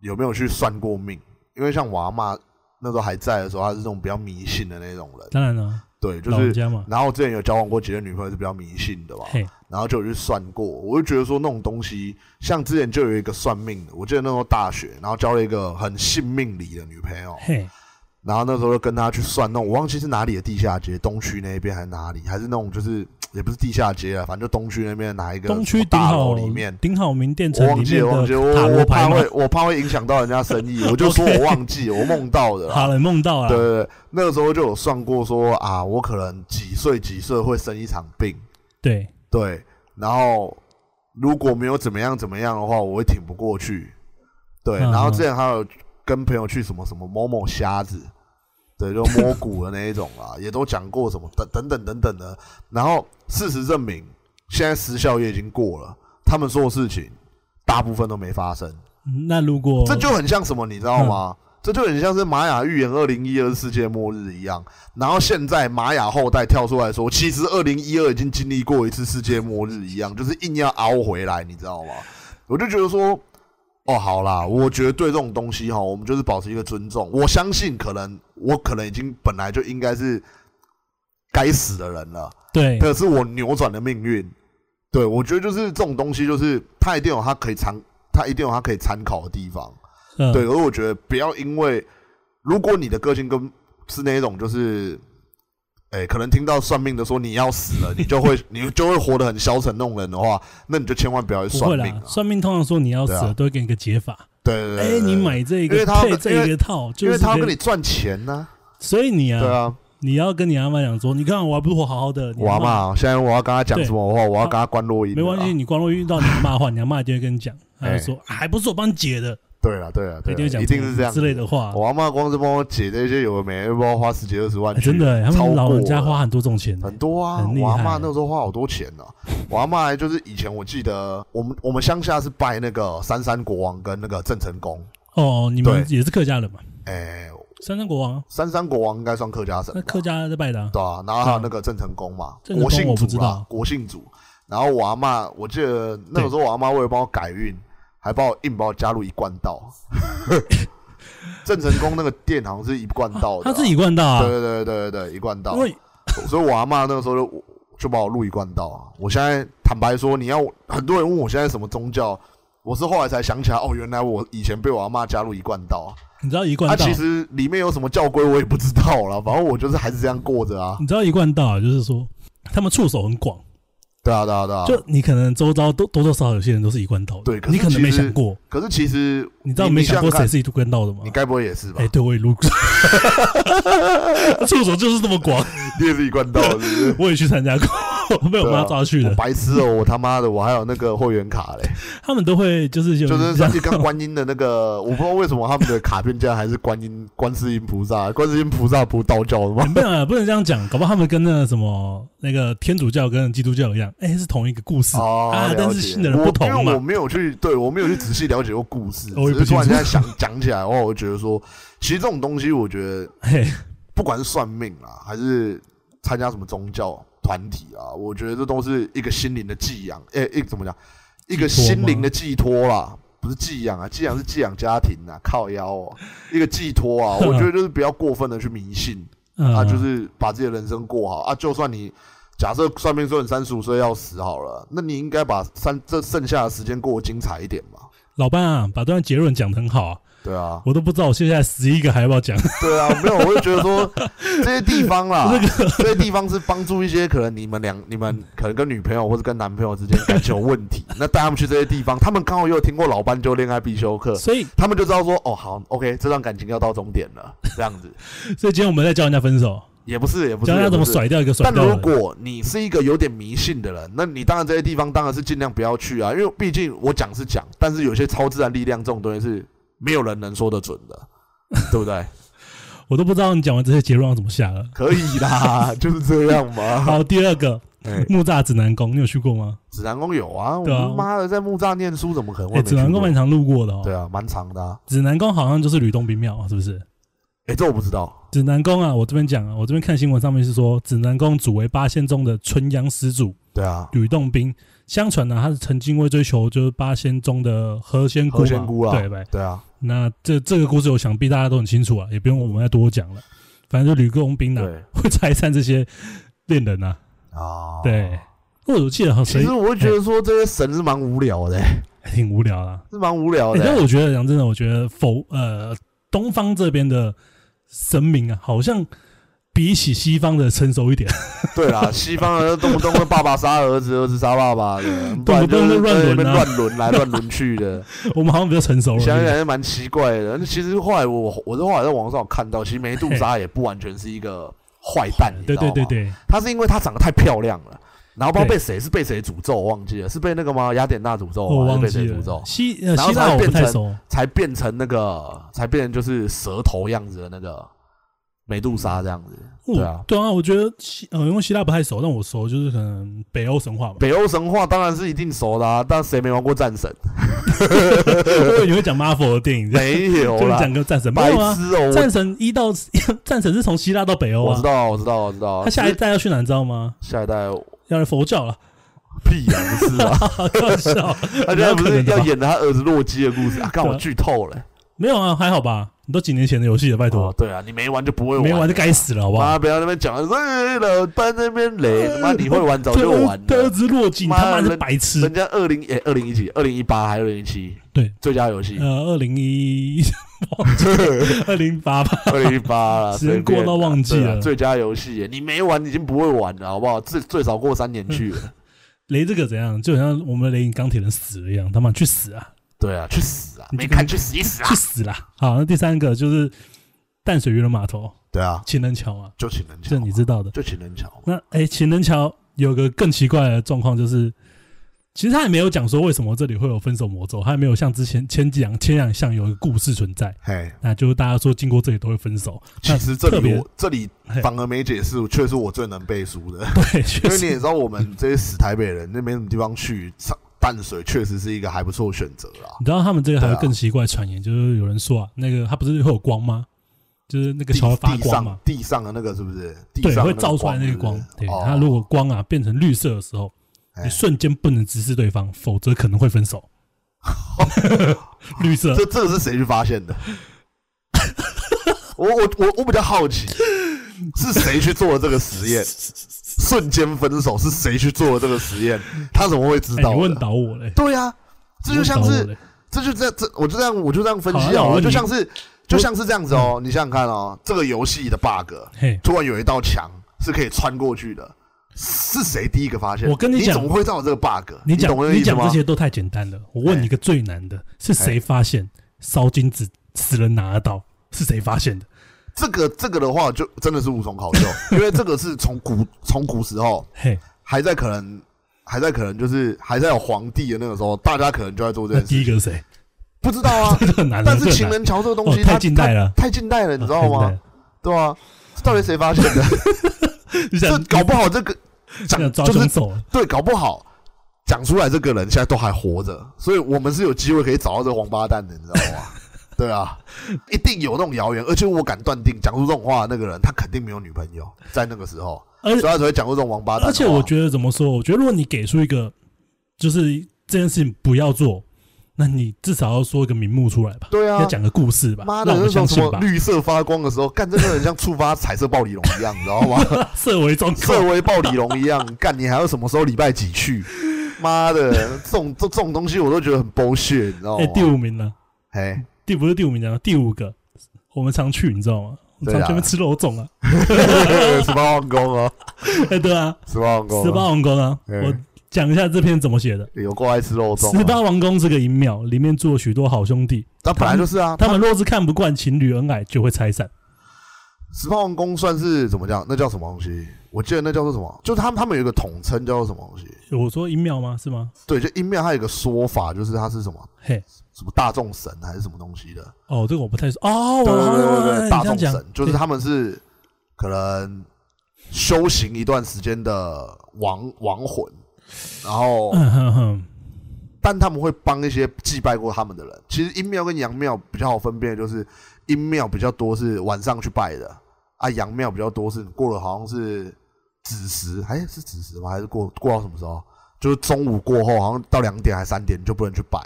S2: 有没有去算过命，因为像我阿妈那时候还在的时候，她是那种比较迷信的那种人，
S1: 当然了，
S2: 对，就
S1: 老人
S2: 是。
S1: 家嘛，
S2: 然后之前有交往过几个女朋友是比较迷信的嘛，
S1: 嘿，
S2: 然后就有去算过，我就觉得说那种东西，像之前就有一个算命的，我记得那时候大学，然后交了一个很信命理的女朋友，
S1: 嘿，
S2: 然后那时候就跟她去算那种，我忘记是哪里的地下街，东区那边还是哪里，还是那种就是也不是地下街啊，反正就东区那边哪一个
S1: 东
S2: 什
S1: 区
S2: 么
S1: 顶
S2: 大
S1: 好
S2: 楼里面，
S1: 顶好名店城
S2: 我
S1: 里
S2: 忘记
S1: 面
S2: 了，忘记了，
S1: 的塔
S2: 我
S1: 罗
S2: 我
S1: 牌
S2: 怕
S1: 吗？
S2: 会，啊我怕会影响到人家生意，我就说
S1: OK
S2: 我忘记，我梦到的
S1: 好
S2: 啦。
S1: 了，梦到
S2: 对
S1: 了，
S2: 对对，那个时候就有算过说啊，我可能几岁几岁会生一场病，
S1: 对，
S2: 对，然后如果没有怎么样怎么样的话，我会挺不过去。对，
S1: 嗯
S2: 然后之前还有跟朋友去什么什么某某虾子，对，就摸骨的那一种 啊，也都讲过什么等等等等等的。然后事实证明，现在时效也已经过了，他们说的事情大部分都没发生。
S1: 嗯那如果
S2: 这就很像什么，你知道吗？这就很像是玛雅预言二零一二世界末日一样，然后现在玛雅后代跳出来说，其实二零一二已经经历过一次世界末日一样，就是硬要熬回来，你知道吗？我就觉得说，哦，好啦，我觉得对这种东西哈，我们就是保持一个尊重。我相信，可能我可能已经本来就应该是该死的人了，
S1: 对
S2: 可是我扭转了命运。对，我觉得就是这种东西，就是它一定有它可以参，它一定有它可以参考的地方。
S1: 嗯
S2: 对，而我觉得不要因为，如果你的个性跟是那一种就是，哎、可能听到算命的说你要死了，你就 会你就会活得很消沉那种人的话，那你就千万不要去
S1: 不
S2: 算
S1: 会
S2: 命
S1: 啦，
S2: 啊！
S1: 算命通常说你要死
S2: 对
S1: 了
S2: 啊
S1: 都会给你个解法。
S2: 对对对
S1: 哎，
S2: 对
S1: 你
S2: 对
S1: 买这
S2: 因
S1: 个
S2: 为他
S1: 配这
S2: 因
S1: 个
S2: 为
S1: 套，就
S2: 因为
S1: 是
S2: 他要
S1: 可
S2: 跟
S1: 以
S2: 你赚钱呢、
S1: 所以你
S2: 对
S1: 啊，
S2: 啊，
S1: 你要跟你阿妈讲说，你看我还不是活好好的，你
S2: 我
S1: 阿
S2: 阿
S1: 嬷
S2: 妈现在我要跟他讲
S1: 对
S2: 什么话，我要跟他关录音，啊
S1: 没关系，。你光如果遇到你阿妈的话，你阿妈就会跟你 讲，她就
S2: 哎
S1: 说啊还不是我帮你解的，
S2: 对了对了啊
S1: 她一定会
S2: 对啦，
S1: 讲
S2: 一定是这样
S1: 之类
S2: 子
S1: 的话。
S2: 我阿妈光是帮我解这些有的没的，不知道花十几二十万
S1: 哎
S2: 去，
S1: 真的，他
S2: 超
S1: 们
S2: 过
S1: 老人家
S2: 了
S1: 花很多这种钱，
S2: 很多啊
S1: 很厉，害
S2: 我阿妈那时候花好多钱呢、 我阿妈就是以前我记得，我们我们乡下是拜那个三山国王跟那个郑成功。
S1: 哦，你们也是客家人嘛？
S2: 哎、
S1: 三山国王啊，
S2: 三山国王应该算客家神吧
S1: 那客家在拜的啊，
S2: 对啊，然后还有那个郑成功嘛，
S1: 郑成功
S2: 国姓
S1: 我不知
S2: 主啦
S1: 道，
S2: 国姓主。然后我阿妈，我记得那个时候我阿妈为了帮我改运，还帮我硬把我加入一贯道。 郑成功那个店好像是一贯道的啊、
S1: 他自己灌到
S2: 对
S1: 啊，
S2: 对对对对对，一贯道
S1: 因。为
S2: 所以我阿妈那个时候就就把我录一贯道啊。我现在坦白说，你要很多人问我现在什么宗教，我是后来才想起来，哦，原来我以前被我阿妈加入一贯道啊。
S1: 你知道一
S2: 它
S1: 贯道
S2: 其，实里面有什么教规我也不知道啦，反正我就是还是这样过着啊。
S1: 你知道一贯道啊，就是说他们触手很广，
S2: 对啊，对啊，对啊。
S1: 就你可能周遭都多多少少有些人都是一贯道的，
S2: 对可是
S1: 你可能没
S2: 其实
S1: 想过，
S2: 可是其实
S1: 你知道没想
S2: 你
S1: 过
S2: 想
S1: 谁
S2: 看
S1: 是一贯道的吗
S2: 你？该不会也是吧
S1: 哎，？对，我也路过，触手就是这么 广，？
S2: 你也是一贯道是不是
S1: 我也去参加过， 被我妈抓去
S2: 啊我
S1: 的。
S2: 白痴哦！我他妈的，我还有那个会员卡嘞，
S1: 他们都会就是有
S2: 就是
S1: 这
S2: 上
S1: 样
S2: 次跟观音的那个，我不知道为什么他们的卡片竟然还是观音、观世音菩萨、观世音菩萨不是道教的吗？
S1: 没有啊，不能这样讲，搞不好他们跟那个什么那个天主教跟基督教一样，哎、是同一个故事、
S2: 哦，
S1: 啊，
S2: 了
S1: 但是
S2: 解
S1: 信的人不同
S2: 我因为我
S1: 嘛。
S2: 没有去，对我没有去仔细了解过故事，
S1: 我也
S2: 只
S1: 不
S2: 是突然
S1: 清楚
S2: 间想讲起来的话，我就觉得说，其实这种东西，我觉得
S1: 嘿，
S2: 不管是算命啊，还是参加什么宗教团体啊，我觉得这都是一个心灵的寄养，诶、一怎么讲，一个
S1: 寄托吗
S2: 心灵的寄托啦。不是寄养啊，寄养是寄养家庭啊，靠腰哦，一个寄托啊，我觉得就是不要过分的去迷信，
S1: 嗯、
S2: 啊，就是把自己的人生过好啊。就算你假设算命说你三十五岁要死好了，那你应该把三这剩下的时间过得精彩一点嘛。
S1: 老班啊，把这段结论讲得很好啊，，
S2: 对啊
S1: 我都不知道我现在十一个还要不要讲。
S2: 对啊，没有，我就觉得 说这些地方啦，这些地方是帮助一些可能你们两、你们可能跟女朋友或者跟男朋友之间感情有问题，那带他们去这些地方，他们刚好又听过老班就恋爱必修课，
S1: 所以，
S2: 他们就知道说哦，好，OK，这段感情要到终点了，这样子
S1: 所以今天我们在教人家分手，
S2: 也不是，也不是，
S1: 教人家
S2: 也不
S1: 怎么
S2: 是
S1: 甩掉一个甩
S2: 但
S1: 掉
S2: 如
S1: 的人。
S2: 果你是一个有点迷信的人，那你当然这些地方当然是尽量不要去啊，因为毕竟我讲是讲，但是有些超自然力量这种东西是没有人能说得准的，对 不对？
S1: 我都不知道你讲完这些结论要怎么下 了。
S2: 可以啦，就是这样嘛。
S1: 好，第二 个
S2: 哎
S1: 木栅指南宫，你有去过吗？
S2: 指南宫有啊，我
S1: 对啊
S2: 们妈的在木栅念书，怎么可能
S1: 哎、
S2: 会没
S1: 指
S2: 去
S1: 南
S2: 过
S1: 宫蛮常路过的哦。
S2: 对啊，蛮长的啊。
S1: 指南宫好像就是吕洞宾庙，啊是不是？
S2: 哎，这我不知道。
S1: 指南宫啊，我这边讲啊，我这边看新闻上面是说，指南宫主为八仙中的纯阳始祖
S2: 对啊，
S1: 吕洞宾。相传啊呢、他是曾经为追求就是八仙中的何仙姑嘛，
S2: 何仙姑啊
S1: 对呗？
S2: 对啊，
S1: 那这这个故事，我想必大家都很清楚啊，也不用我们再多讲了。反正就吕洞宾呢，
S2: 对
S1: 啊 会拆散这些恋人啊。
S2: 啊，。
S1: 对，我我记得好像
S2: 其
S1: 谁哎
S2: 实我会觉得说这些神是蛮无聊的，
S1: 挺无聊啦。
S2: 是蛮无聊
S1: 欸但
S2: 的。
S1: 我觉得讲真的，我觉得否呃，东方这边的神明啊，好像比起西方的成熟一点。
S2: 对啦，西方人动不动会爸爸杀儿子，儿子杀爸 爸的，不然就是在那边
S1: 啊
S2: 乱轮来乱轮 去的，
S1: 我们好像比较成熟了。
S2: 想
S1: 对
S2: 起
S1: 不对
S2: 来是蛮奇怪的。那其实后来我我是后来在网上有看到，其实梅杜莎也不完全是一个坏蛋，你知
S1: 对
S2: 道吗
S1: 啊对？对对，
S2: 她是因为她长得太漂亮了。然后不知道
S1: 对
S2: 被谁是被谁诅咒，我忘记了是被那个吗？雅典娜诅咒
S1: 我哦
S2: 吗？还是哦
S1: 忘
S2: 被
S1: 记
S2: 谁诅咒
S1: 了。？希呃
S2: 然后
S1: 希
S2: 才
S1: 腊我不
S2: 变
S1: 太
S2: 成
S1: 熟，
S2: 才变成那个，才变成就是蛇头样子的那个美杜莎这样子。对啊
S1: 我，对啊，我觉得希呃，因为希腊不太熟，但我熟就是可能北欧神话嘛。
S2: 北欧神话当然是一定熟啦、但谁没玩过战神？
S1: 因为你会讲 Marvel 的电影，这样
S2: 没有
S1: 就是
S2: 啦，
S1: 讲个战神，没
S2: 白
S1: 有啊？
S2: 痴哦、
S1: 战神一到 战神是从希腊到北欧
S2: 我我知
S1: 啊。
S2: 道啊，我知道，我知道啊。
S1: 他下一
S2: 只是
S1: 代要去哪，你知道吗？
S2: 下一代
S1: 要来佛教了，
S2: 屁啊，不是啊，
S1: 开玩笑，
S2: 他现
S1: 没有
S2: 在不
S1: 可能
S2: 是
S1: 的吧
S2: 要演他儿子洛基的故事啊？看
S1: 对啊
S2: 我剧透了，
S1: 没有啊，还好吧？你都几年前的游戏了，拜
S2: 哦
S1: 托，
S2: 对啊，你没玩就不会玩，
S1: 没玩就该死了，好不好？
S2: 妈不要那边讲，哎老班那边雷，他妈你会玩早就玩
S1: 他哎儿
S2: 了。
S1: 子落井，
S2: 妈
S1: 他妈
S2: 人
S1: 是白痴
S2: 人。家二零哎二零一几，二零一八还二零一七
S1: 对，
S2: 最佳游戏
S1: 呃，，二零一 二零八吧，
S2: 二零一八了，
S1: 时间
S2: 随便
S1: 过到
S2: 啦
S1: 忘记
S2: 对啊
S1: 了
S2: 最佳游戏耶，你没玩已经不会玩了，好不好？最最少过三年
S1: 嗯
S2: 去了。
S1: 雷这个怎样？就好像我们雷影钢铁人死了一样，他妈去死啊，
S2: 对啊，去死啊！
S1: 你
S2: 没
S1: 这个
S2: 看去死一死啊
S1: 去！死啦！好，那第三个就是淡水渔人码头
S2: 对啊，
S1: 情人桥嘛，
S2: 就请人
S1: 这
S2: 桥嘛，
S1: 你知道的。
S2: 就请人桥嘛。
S1: 那哎，情人桥有个更奇怪的状况就是。其实他也没有讲说为什么这里会有分手魔咒，他也没有像之前前几两前两项有一个故事存在，
S2: 嘿，
S1: 那就是大家说经过这里都会分手。
S2: 其实这
S1: 特
S2: 里
S1: 别
S2: 我这里
S1: 嘿
S2: 反而没解释，却是我最能背 书的。
S1: 对，确
S2: 因为你
S1: 实
S2: 也知道，我们这些死台北人，那没什么地方去，上淡水确实是一个还不错的选择啦。
S1: 你知道他们这个还有
S2: 对啊
S1: 更奇怪的传言，就是有人说啊，那个它不是会有光吗？就是那个
S2: 地
S1: 桥会发
S2: 地
S1: 光嘛
S2: 上，地上的那个是不是？地
S1: 对，
S2: 上的
S1: 会
S2: 那个
S1: 照出来那个光
S2: 是不。是
S1: 对，
S2: 哦
S1: 它如果光啊变成绿色的时候，
S2: 哎
S1: 你瞬间不能直视对方，否则可能会分 手。 绿色
S2: 这这个是谁去发现的？ 我我我我比较好奇，是谁去做了这个实 验？瞬间分手是谁去做了这个实验？他怎么会知
S1: 哎，
S2: 道
S1: 你
S2: 的？
S1: 问倒我嘞，
S2: 对呀、这
S1: 你
S2: 就
S1: 问
S2: 像
S1: 倒我
S2: 是
S1: 嘞
S2: 这就这样，这我就这样，我就这样分析
S1: 好那我
S2: 哦，
S1: 问
S2: 就
S1: 你
S2: 像是就像是这样子哦，你想想看哦，这个游戏的 bug
S1: 嘿，
S2: 突然有一道墙是可以穿过去的，是谁第一个发现？
S1: 我跟你
S2: 你
S1: 讲
S2: 怎么会造成这个 bug？
S1: 你
S2: 懂我的
S1: 讲
S2: 意
S1: 你
S2: 思
S1: 讲这
S2: 吗？哎
S1: 些都太简单了，我问你一个最难的，是谁发现烧金子死人拿得到？是谁发现的？
S2: 这个这个的话，就真的是无从考 究，因为这个是从古从古时候
S1: 嘿，
S2: 还在可能还在可能就是还在有皇帝的那个时候，大家可能就在做这
S1: 那
S2: 件
S1: 第
S2: 事
S1: 一，个是谁？
S2: 不知道啊。
S1: 这很难了，
S2: 但
S1: 这
S2: 是
S1: 很
S2: 情
S1: 难
S2: 人桥这个东西，
S1: 哦太
S2: 它
S1: 近代了
S2: 它太近代了，你知道
S1: 啊
S2: 吗？？对啊，这到底谁发现的？
S1: 你
S2: 这
S1: 想
S2: 搞不好这 个
S1: 想
S2: 讲
S1: 抓
S2: 就
S1: 凶
S2: 是
S1: 手啊了，
S2: 对，搞不好讲出来这个人现在都还活着，所以我们是有机会可以找到这个王八蛋的，你知道吗？ 对啊，一定有那种谣言，而且我敢断定，讲出这种话的那个人，他肯定没有女朋友，在那个时候，
S1: 而
S2: 所以他才会讲出这种王八蛋的话。
S1: 而且我觉得怎么说？我觉得如果你给出一个就是这件事情不要做，那你至少要说一个名目出来吧，
S2: 对啊
S1: 要讲个故事吧，
S2: 妈的，
S1: 让我们
S2: 那种
S1: 相
S2: 什
S1: 信
S2: 么
S1: 吧，
S2: 绿色发光的时候，干这个人像触发彩色暴鲤龙一样，你知道吗？
S1: 设为状
S2: 色
S1: 况。
S2: 威暴鲤龙一样，干你还有什么时候礼拜几去？妈的，这种这这种东西我都觉得很 bullshit，你知道
S1: 哎，
S2: 吗？
S1: 第五名呢？
S2: 哎，
S1: 第不是第五名呢？第五个，我们常去，你知道吗？我们
S2: 对
S1: 常
S2: 啊
S1: 去那边吃肉粽啊，
S2: 十八王宫啊，
S1: 哎，对啊，
S2: 十八王宫啊，
S1: 十八王宫啊，
S2: 嗯
S1: 我讲一下这篇怎么写的。
S2: 有够爱吃肉粽、啊。
S1: 十八，王宫这个银庙里面住了许多好兄弟，
S2: 他本来就是啊。
S1: 他们若是看不惯情侣恩爱，就会拆散。
S2: 十八王宫算是怎么讲？那叫什么东西？我记得那叫做什么？就是他们他们有一个统称叫做什么东西？
S1: 我说银庙吗？是吗？
S2: 对，就阴面它有一个说法，就是它是什么
S1: 嘿，
S2: 什么大众神还是什么东西的？
S1: 哦，这个我不太熟。哦，我
S2: 对对对
S1: 我
S2: 对
S1: 我
S2: 对，
S1: 你
S2: 大
S1: 这样
S2: 众
S1: 讲
S2: 神就是他们是可能修行一段时间的亡亡魂，然后
S1: 嗯哼哼，
S2: 但他们会帮一些祭拜过他们的人。其实阴庙跟阳庙比较好分辨，的就是阴庙比较多是晚上去拜的，啊，阳庙比较多是过了好像是子时，哎、是子时吗？还是过过到什么时候？就是中午过后，好像到两点还三点你就不能去拜，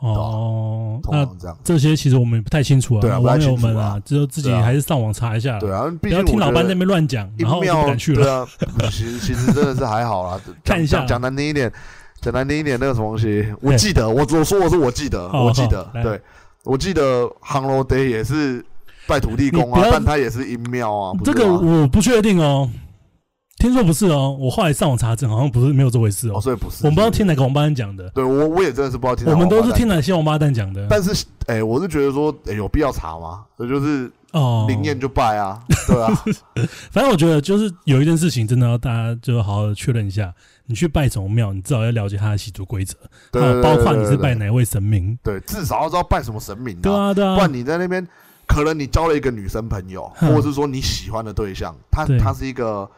S1: 哦，
S2: 通
S1: 那
S2: 常这样。
S1: 这些其实我们也不太清楚啊，
S2: 啊对啊不太
S1: 网
S2: 清
S1: 友
S2: 楚啊
S1: 们啊，就自己
S2: 对啊
S1: 还是上网查一下，
S2: 对啊，
S1: 不
S2: 毕
S1: 要
S2: 竟我
S1: 听老
S2: 觉
S1: 班
S2: 得
S1: 在那边乱讲，
S2: 阴
S1: 然后我就
S2: 庙
S1: 不敢去
S2: 对
S1: 了。
S2: 啊， 其实其实真的是还好啦。讲
S1: 看一下
S2: 讲讲难听一点，讲难听一点，那个什么东西，我
S1: 对
S2: 记得，我我说我是我记得，
S1: 好
S2: 我记
S1: 好
S2: 得，
S1: 哦来
S2: 对，我记得航楼 day 也是拜土地公
S1: 你
S2: 啊
S1: 不，要
S2: 但他也是阴庙啊，不是
S1: 这个
S2: 吗
S1: 我不确定哦，听说不是哦，我后来上网查证，好像不是没有这回事
S2: 哦，
S1: 哦。
S2: 所以不是，
S1: 我们不知道
S2: 是
S1: 听哪个王八蛋讲的，
S2: 对我我也真的是啊不知道听哪
S1: 我们
S2: 个王八蛋，
S1: 都是听哪些王八蛋讲的。
S2: 但是哎，我是觉得说哎有必要查吗？所以就是
S1: 哦，
S2: 灵验就拜啊，对啊，
S1: 反正我觉得就是有一件事情，真的要大家就好好地确认一下，你去拜什么庙，你至少要了解它的习俗规则，
S2: 对
S1: 还
S2: 对，
S1: 有
S2: 对
S1: 哦包括你是，拜
S2: 对
S1: 哪位神明。
S2: 对对，至少要知道拜什么神明
S1: 对啊，对啊，
S2: 不然你在那边，可能你交了一个女生朋友，
S1: 哼
S2: 或者是说你喜欢的对象，她
S1: 嗯对
S2: 她是一个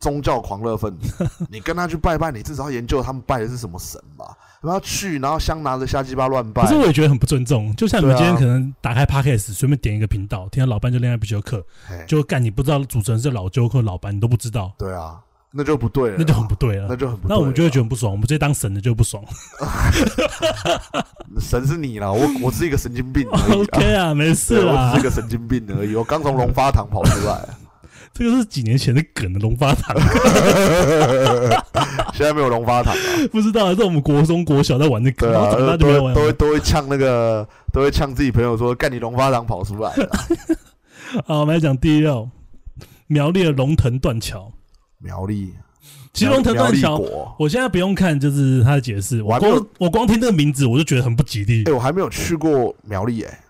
S2: 宗教狂热分 子，你跟她去拜拜，你至少要研究他们拜的是什么神吧。然后去，然后香拿着瞎鸡巴乱拜
S1: 可，是我也觉得很不尊重，就像你们
S2: 对啊
S1: 今天可能打开 podcast 随便点一个频道，听到老班就恋爱必修课，
S2: 嘿
S1: 就干你不知道主持人是老纠或老班，你都不知道，
S2: 对啊，那就不对了，
S1: 那就很不对了。
S2: 那就很不对
S1: 那
S2: 了。
S1: 我们就会觉得很不爽，我们这当神的就不 爽。
S2: 神是你啦，啊我我是一个神经病而已、啊。
S1: OK 啊，没事
S2: 对我只
S1: 啦
S2: 是一，个神经病而已，我刚从龙发堂跑出来，
S1: 这个是几年前的梗的龙发堂，
S2: 现在没有龙发堂了。啊
S1: 不知道是我们国中国小在玩的梗，
S2: 对
S1: 然
S2: 啊，
S1: 后长大就
S2: 都
S1: 没
S2: 会
S1: 有玩
S2: 都会
S1: 了。
S2: 都会呛那个，都会呛自己朋友说：“干你龙发堂跑出来了。
S1: 好，我们来讲第六，苗栗的龙腾断桥。”
S2: 苗栗，
S1: 其实龙腾
S2: 苗
S1: 断
S2: 栗
S1: 桥，
S2: 国，
S1: 我现在不用看，就是它的解释。
S2: 我
S1: 我
S2: 还没有
S1: 光我光听这个名字，我就觉得很不吉利
S2: 哎、。我还没有去过苗栗、哎，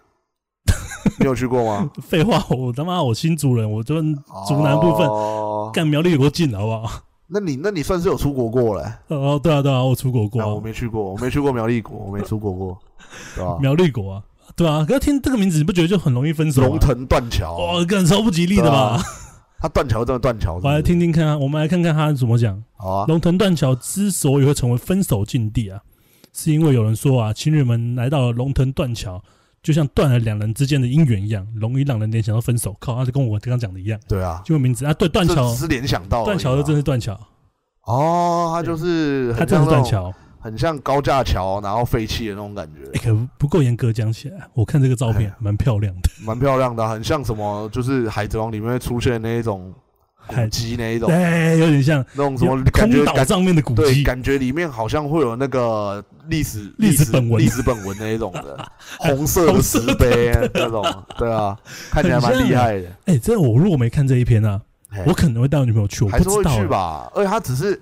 S2: 你有去过吗？
S1: 废话，我他妈我新族人，我就 竹南部分
S2: 哦，
S1: 干苗栗有多近，啊好不好？
S2: 那你那你算是有出国过嘞、
S1: 哦，对啊，对啊，我出国过
S2: 啊我
S1: 啊，
S2: 没去过，我没去过苗栗国，我没出国过，对吧、
S1: 苗栗国啊，对啊。可是听这个名字，你不觉得就很容易分手吗？
S2: 龙腾断桥，
S1: 哇，哦更超不吉利的吧？
S2: 对啊它断桥真的断桥，是不
S1: 我
S2: 是
S1: 来听听看啊，我们来看看他怎么讲。
S2: 好啊。
S1: 龙腾断桥之所以会成为分手禁地啊，是因为有人说啊，情侣们来到了龙腾断桥，就像断了两人之间的姻缘一样，容易让人联想到分手。靠，他就跟我刚刚讲的一样，
S2: 对啊，
S1: 就名字啊，对，断
S2: 这
S1: 桥
S2: 只，是联想到而已
S1: 断桥
S2: 嘛
S1: 的真是断桥，
S2: 哦，它就是
S1: 它
S2: 很
S1: 真的
S2: 像那
S1: 是断
S2: 种
S1: 桥。
S2: 很像高架桥，然后废弃的那种感觉，
S1: 哎、可不够严格讲起来，我看这个照
S2: 哎
S1: 片蛮漂亮的，
S2: 蛮漂亮的啊，很像什么，就是《海贼王》里面会出现的那一种
S1: 海
S2: 古迹那一种，
S1: 哎、有点像
S2: 那种什么感
S1: 空
S2: 觉
S1: 岛
S2: 感
S1: 上面的古
S2: 对，
S1: 迹，
S2: 感觉里面好像会有那个历史
S1: 历史
S2: 史
S1: 本文
S2: 历史本文那一种的 红色
S1: 红
S2: 的
S1: 色
S2: 石
S1: 的
S2: 碑啊那种，对啊，看起来蛮
S1: 很像
S2: 厉害的，
S1: 哎、这我如果没看这一篇啊，
S2: 嘿
S1: 我可能会带我女朋友啊去，我
S2: 还
S1: 不
S2: 是
S1: 知
S2: 会
S1: 道、
S2: 去吧，而且它只是。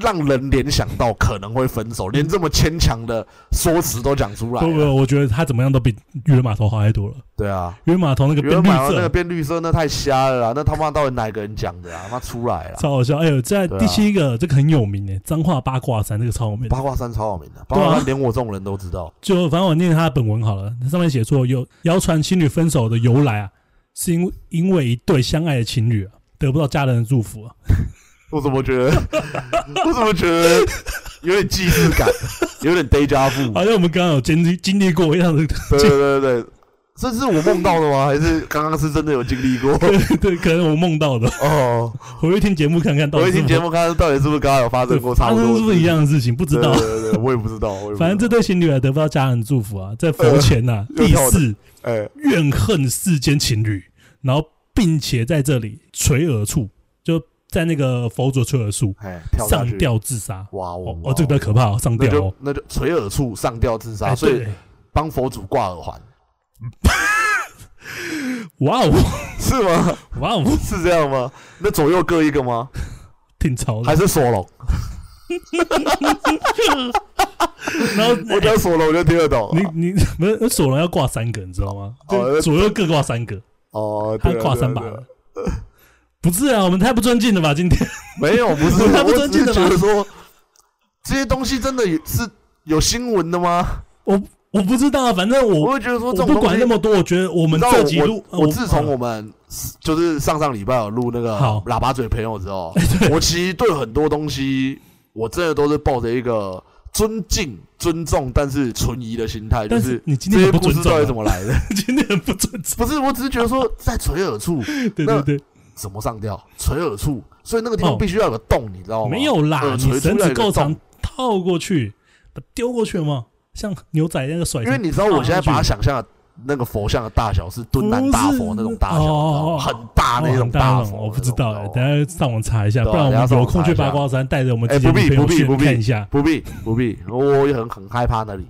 S2: 让人联想到可能会分手，连这么牵强的说辞都讲出来
S1: 嗯不不，
S2: 了。
S1: 我觉得他怎么样都比约码头好太多了。
S2: 对啊，
S1: 约码头那个
S2: 原
S1: 变
S2: 本
S1: 绿
S2: 买到那个
S1: 色，
S2: 变绿色，那太瞎了啦！那他妈到底哪个人讲的啊？他妈出来 了！
S1: 超好笑。哎呦，在
S2: 对啊
S1: 第七个这个很有名诶，彰化八卦山这个超有名的。
S2: 八卦山超有名的，八
S1: 啊
S2: 卦山连我这种人都知道。
S1: 就反正我念他的本文好了，它上面写说有谣传情侣分手的由来啊，是因为因为一对相爱的情侣、啊、得不到家人的祝福、啊，
S2: 我怎么觉得？ 我怎么觉得有点既视 感，有点 deja vu？
S1: 好像哎我们刚刚有经历经历过一样的，
S2: 对对对对对，这是我梦到的吗？还是刚刚是真的有 经历过？
S1: 对，可能我梦到的。
S2: 哦，
S1: 回去听节目看看到
S2: 我
S1: 底
S2: 一
S1: 是
S2: 听
S1: 不
S2: 节
S1: 是
S2: 目，看到底是不是刚刚有发生过差
S1: 发
S2: 不多
S1: 生
S2: 的
S1: 是不是一样的事情，不知
S2: 事情？
S1: 道。
S2: 对对对对，我也不知道，我也不知道
S1: 反正这对情侣啊得不到家人的祝福 啊，在佛前呐、啊，
S2: 又
S1: 立
S2: 跳的
S1: 誓
S2: 哎
S1: 怨恨世间情侣，然后并且在这里垂耳处，就在那个佛祖垂耳处
S2: 哎跳下
S1: 上
S2: 去，
S1: 吊自杀。
S2: 哇
S1: 哦
S2: 哦
S1: 哦，这个比较可怕、哦，上
S2: 那
S1: 吊
S2: 就
S1: 哦。
S2: 那就垂耳处上吊自杀，
S1: 哎
S2: 所以
S1: 对
S2: 帮佛祖挂耳环。
S1: 哇哦，
S2: 是吗？
S1: 哇哦，
S2: 是这样吗？那左右各一个吗？
S1: 挺潮的
S2: 还。是索隆？
S1: 然后
S2: 我讲索隆我就听得懂。
S1: 哎你 你没有索隆要挂三个，你知道吗？
S2: 哦
S1: 就
S2: 那
S1: 左右各挂三个，
S2: 哦，
S1: 他
S2: 对啊
S1: 挂三把。 不是啊，我们太不尊敬了吧？今天
S2: 对啊对啊 没有，不是，
S1: 我太不
S2: 我
S1: 尊
S2: 只
S1: 敬
S2: 是
S1: 了吧
S2: 觉得说这些东西真的有是有新闻的吗？
S1: 我我不知道啊，反正
S2: 我
S1: 我
S2: 会觉得说
S1: 我
S2: 这种
S1: 不管那
S2: 东西。
S1: 么多，我觉得我
S2: 你
S1: 们
S2: 知道
S1: 这集
S2: 我
S1: 录，
S2: 我我自从
S1: 我
S2: 我们就是上上礼拜有录那个
S1: 好
S2: 喇叭嘴朋友 之后，我其实对很多东西我真的都是抱着一个尊敬、尊重，但是存疑的心态，就
S1: 但
S2: 是
S1: 是你今
S2: 这
S1: 天
S2: 些
S1: 很不
S2: 故
S1: 尊
S2: 事
S1: 重
S2: 到底
S1: 啊
S2: 怎，么来的？
S1: 今天很不尊重，
S2: 不是，我只是觉得说，在垂耳处
S1: 对
S2: 那
S1: 对对。
S2: 怎么上吊？垂耳处，所以那个地方
S1: 哦
S2: 必须要有个洞，你知道吗？
S1: 没有啦，
S2: 耳垂
S1: 你
S2: 出
S1: 绳
S2: 来
S1: 子
S2: 有个
S1: 够长
S2: 洞，，
S1: 套过去，把丢过去嘛，像牛仔那个甩绳。
S2: 因为你知道我现在把它想象的那个佛像的大小是敦南大佛那种大小，
S1: 不是
S2: 你知道吗
S1: 哦
S2: 很大那种
S1: 哦大那
S2: 佛那种，
S1: 我不知道哎
S2: 你，知吗
S1: 等下上网查一下，
S2: 对啊
S1: 不然我
S2: 等下
S1: 们
S2: 上
S1: 有
S2: 网
S1: 空
S2: 查
S1: 去
S2: 一下
S1: 八卦山，带着我们
S2: 哎
S1: 自己的
S2: 不必
S1: 朋友
S2: 不必
S1: 去
S2: 不必
S1: 看一下。
S2: 不必不必，我也很很害怕那里。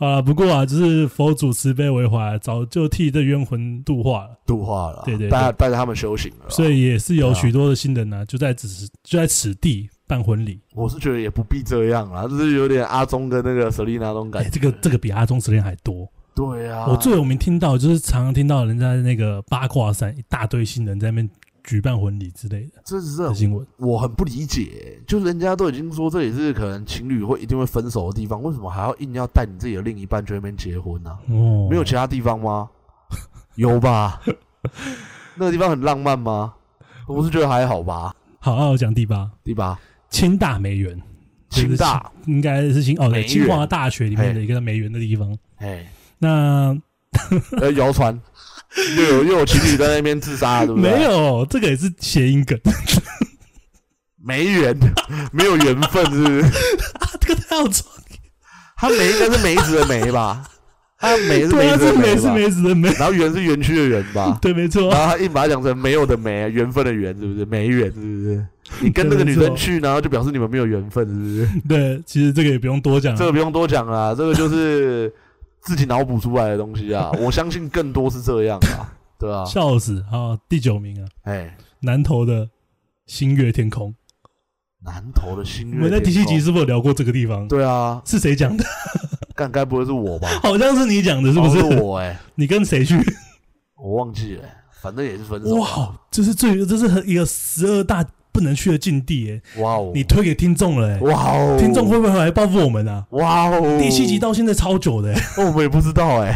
S1: 好了，不过啊，就是佛祖慈悲为怀，早就替这冤魂度化了，
S2: 度化了，
S1: 对对对
S2: 带带着他们修行了。
S1: 所，以也是有
S2: 对啊
S1: 许多的新人呢，就在此就在此地办婚礼。
S2: 我是觉得也不必这样啦，就是有点阿忠跟那个舍利娜那种
S1: 哎，
S2: 感觉。
S1: 这个这个比阿忠时间还多。
S2: 对啊，
S1: 我最有名听到就是常常听到人家那个八卦山一大堆新人在那边举办婚礼之类的
S2: 这是
S1: 的
S2: 很
S1: 新闻。
S2: 我很不理解，欸就是人家都已经说这里是可能情侣会一定会分手的地方，为什么还要硬要带你自己的另一半去那边结婚啊呢、
S1: 哦，
S2: 没有其他地方吗？ 有吧？那个地方很浪漫吗？我是觉得还好吧，
S1: 好，那我讲第八，
S2: 对吧？
S1: 清大梅园，
S2: 清大，
S1: 应该是清哦，对，
S2: 梅园
S1: 清华大学里面的一个叫梅园的地方。
S2: 哎，
S1: 那
S2: 呃，谣传又有又有情侣在那边自杀，对不 对？
S1: 没有，这个也是谐音梗。
S2: 没缘，没有缘分，是不是？
S1: 啊，这个太好装，
S2: 他梅应该是梅子的梅吧？他梅是
S1: 对
S2: 梅
S1: 啊，
S2: 子
S1: 是
S2: 的
S1: 梅
S2: 梅
S1: 是
S2: 吧？啊
S1: 梅子的梅，
S2: 然后园是园区的园吧？
S1: 对，没错，
S2: 然后他硬把它讲成没有的没，缘分的缘，是不是？没缘，是不是？你跟那个女
S1: 对没
S2: 生
S1: 错
S2: 去，然后就表示你们没有缘分，是不是？
S1: 对，其实这个也不用多讲
S2: 这
S1: 了，
S2: 个不用多讲啦， 这个就是自己脑补出来的东 西啊。我相信更多是这样啊，对吧、啊？
S1: 笑死啊！第九名啊，
S2: 哎，
S1: 南投的星月天空，
S2: 南投的新
S1: 我
S2: 月，
S1: 们在第七集是不是有聊过这个地方？
S2: 对啊，
S1: 是谁讲的？
S2: 干该不会是我吧？
S1: 好像是你讲 的，是不
S2: 哦
S1: 是？
S2: 我哎、
S1: 你跟谁去？
S2: 我忘记了、反正也是分手。
S1: 哇，这是最，这是很一个十二大不能去的禁地，哎，
S2: 哇哦！
S1: 你推给听众了，哎，
S2: 哇哦！
S1: 听众会不会回来报复我们啊？
S2: 哇哦！
S1: 第七集到现在超久的、欸，
S2: 哦，我们也不知道哎、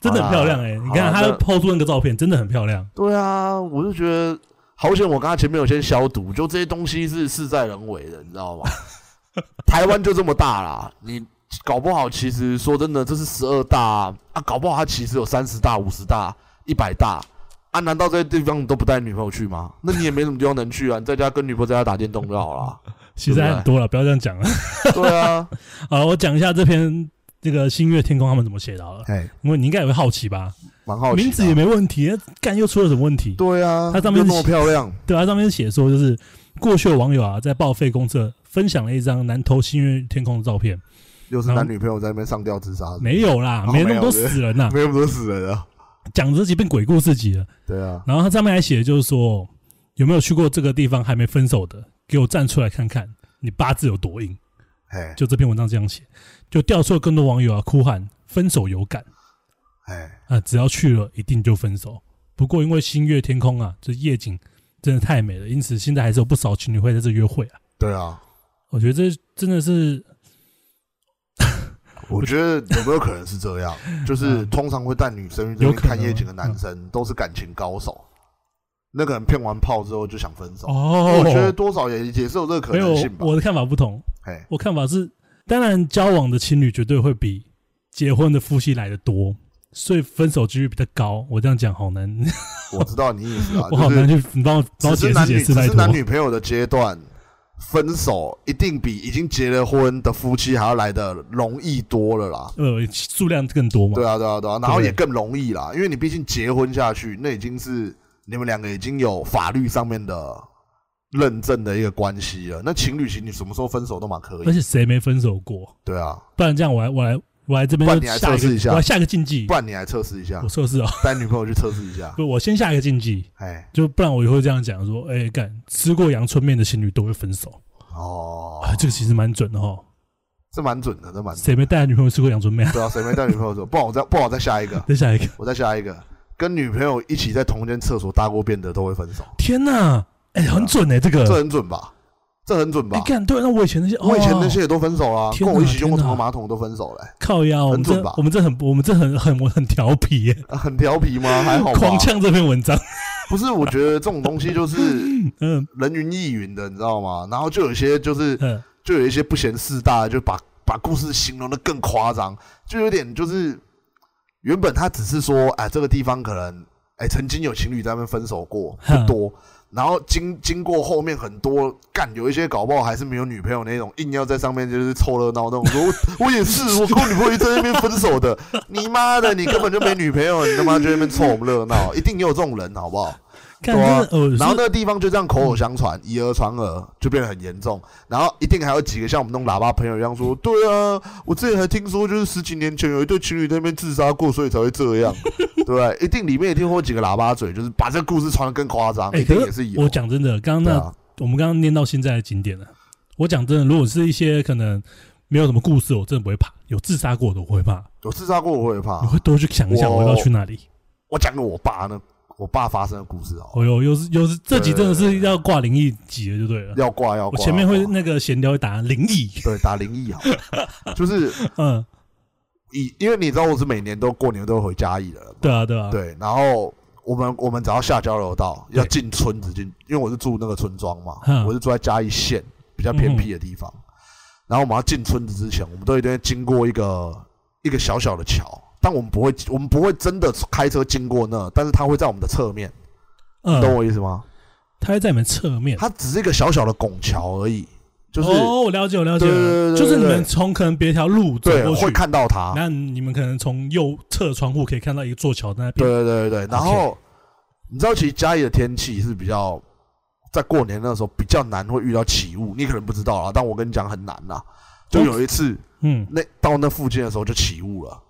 S1: 真的很漂亮哎、
S2: 好啦
S1: 你看
S2: 好
S1: 他
S2: 啦这
S1: 抛出那个照片，真的很漂亮。
S2: 对啊，我就觉得好险，我刚刚前面有先消毒，就这些东西是事在人为的，你 知道吗？台湾就这么大啦，你搞不好其实说真的，这是十二大啊，啊搞不好它其实有三十大、五十大、一百大啊，难道这些地方你都不带女朋友去吗？那你也没什么地方能 去啊，你在家跟女朋友在家打电动就好啦。
S1: 其实还
S2: 啊
S1: 很多了，不要这样讲了。
S2: 对啊，
S1: 好，我讲一下这篇这个《星月天空》他们怎么写的好了，
S2: 哎，
S1: 因为你应该也会好奇吧？
S2: 蛮好奇的啊
S1: 名字也没问题，干又出了什么问题？
S2: 对啊，
S1: 它上面
S2: 又
S1: 是
S2: 那么漂亮，
S1: 对啊，上面写说就是过去的网友啊，在报废公社分享了一张南投星月天空的照片，
S2: 又是男女朋友在那边上吊自杀的，
S1: 嗯没有啊啦，
S2: 哦
S1: 没那么多
S2: 没有
S1: 死人呐、
S2: 没有那么多死人啊。
S1: 讲这几遍鬼故事集了。
S2: 对啊，
S1: 然后他上面还写的就是说，有没有去过这个地方还没分手的，给我站出来看看你八字有多硬。
S2: 哎
S1: 就这篇文章这样写，就调出了更多网友啊哭喊分手有感
S2: 哎，
S1: 啊，只要去了一定就分手。不过因为星月天空啊，这夜景真的太美了，因此现在还是有不少情侣会在这约会啊。
S2: 对啊，
S1: 我觉得这真的是
S2: 我觉得有没有可能是这样？ 就是
S1: 嗯
S2: 通常会带女生去这
S1: 有
S2: 边
S1: 可能嗯
S2: 看夜景的男生，都是感情高手。那个人骗完炮之后就想分手，
S1: 哦，
S2: 我觉得多少也也是有这个可
S1: 没有
S2: 能性吧。
S1: 我的看法不同，
S2: 哎，
S1: 我看法是，当然交往的情侣绝对会比结婚的夫妻来的多，所以分手几率比较高。我这样讲好难，
S2: 我知道你意思 啊，
S1: 我好
S2: 就
S1: 难
S2: 是
S1: 去，你帮我帮我解释
S2: 只是男
S1: 解
S2: 女
S1: 释，
S2: 只
S1: 拜
S2: 是男
S1: 托。
S2: 女朋友的阶段，分手一定比已经结了婚的夫妻还要来的容易多了啦。
S1: 呃，数量更多嘛？
S2: 对啊，对啊，对啊，然后
S1: 对
S2: 也更容易啦，因为你毕竟结婚下去，那已经是你们两个已经有法律上面的认证的一个关系了。那情侣情你什么时候分手都蛮可
S1: 而
S2: 以，
S1: 且谁没分手过？
S2: 对啊，
S1: 不然这样我来我来我来这边
S2: 不然
S1: 就
S2: 你来
S1: 下一
S2: 测
S1: 个
S2: 试一下
S1: 我来下一个禁忌
S2: 不。然啊你来测试一下
S1: 我，测试哦，
S2: 带女朋友去测试一 下。
S1: 不，我先下一个禁忌，
S2: 哎，
S1: 就不然我也会这样讲说，哎，干吃过阳春面的情侣都会分手
S2: 哦，
S1: 啊，这个其实蛮准的哈。
S2: 这蛮准的，这蛮准
S1: 谁没带女朋友吃过阳春面啊？
S2: 对啊，谁没带女朋友说？不然我再，不然我再下一个，
S1: 再下一个，
S2: 我再下一个，跟女朋友一起在同间厕所搭过便的都会分手，
S1: 天哪，哎，很准哎，这
S2: 这
S1: 个，
S2: 很准吧？这很准
S1: 哎
S2: 吧，？
S1: 干对，那我以前那些，
S2: 我以前那
S1: 哦
S2: 些也都分手啦，
S1: 天
S2: 跟
S1: 哪
S2: 我一起用过
S1: 天
S2: 同
S1: 哪
S2: 个马桶都分手了。欸
S1: 靠腰，我们
S2: 很准
S1: 这
S2: 吧
S1: 我们这很我们这很很我很调皮耶，
S2: 啊很 调皮吗？还好吧。
S1: 狂呛这篇文 章。
S2: 不是，我觉得这种东西就是
S1: 嗯
S2: 人云亦云的，你知道吗？然后就有一些就是
S1: 嗯，
S2: 就有一些不嫌事大的，就把把故事形容的更夸张，就有点就是原本他只是说，哎，这个地方可能哎曾经有情侣在那边分手过
S1: 哼
S2: 不多， 然后经经过后面很多干有一些搞不好还是没有女朋友那种，硬要在上面就是凑热闹那种， 说我我也是，我跟我女朋友在那边分手的，你妈的，你根本就没女朋友，你他妈就在那边凑我们热闹，一定也有这种人，好不好？
S1: 看
S2: 对啊
S1: 真的呃，
S2: 然后
S1: 是
S2: 那个地方就这样口口相传，以讹传讹，就变得很严重。然后一定还有几个像我们那种喇叭朋友一样说：“对啊，我之前还听说，就是十几年前有一对情侣在那边自杀过，所以才会这 样，对不对？”一定里面一定会有几个喇叭嘴，就是把这个故事传得更夸张，
S1: 哎
S2: 一定
S1: 可
S2: 也是有。
S1: 我讲真的，刚刚
S2: 对
S1: 那
S2: 啊，
S1: 我们刚刚念到现在的景点了。我讲真的，如果是一些可能没有什么故事，我真的不会怕；有自杀过的我会怕，
S2: 有自杀过我会怕
S1: 你。会多去想一下
S2: 啊我
S1: 我要去哪里。
S2: 我讲给我爸呢，我爸发生的故事哦，
S1: 哦哟，又是又是这集真的
S2: 对
S1: 是
S2: 对对
S1: 要挂灵异集了，就对了。
S2: 要挂要
S1: 我
S2: 挂。
S1: 前面
S2: 要
S1: 会
S2: 挂
S1: 那个闲聊会打灵异，
S2: 对打灵异好 了，就是
S1: 嗯，
S2: 以因为你知道我是每年都过年都会回嘉义的人嘛。
S1: 对啊，对啊，
S2: 对，然后我们我们只要下交流道，
S1: 对
S2: 要进村子进，因为我是住那个村庄嘛
S1: 嗯，
S2: 我是住在嘉义县比较偏僻的地方。然后我们要进村子之前，我们都一定会经过一个一个小小的桥，但我们不会我们不会真的开车经过那，但是它会在我们的侧面，你懂
S1: 嗯，
S2: 我意思吗？
S1: 它会在你们侧面。
S2: 它只是一个小小的拱桥而已，就是、
S1: 哦，我了解，我了解了，
S2: 对对对对
S1: 就是你
S2: 对
S1: 们从可能别条路走
S2: 对
S1: 过去
S2: 会，看到它。
S1: 那你们可能从右侧窗户可以看到一座桥在那
S2: 对
S1: 边。
S2: 对对对对，然后你知道，其实嘉义的天气是比较在过年那时候比较难会遇到起雾，你可能不知道啊，但我跟你讲很难啦。
S1: 哦
S2: 就有一次
S1: 嗯，
S2: 那到那附近的时候就起雾了，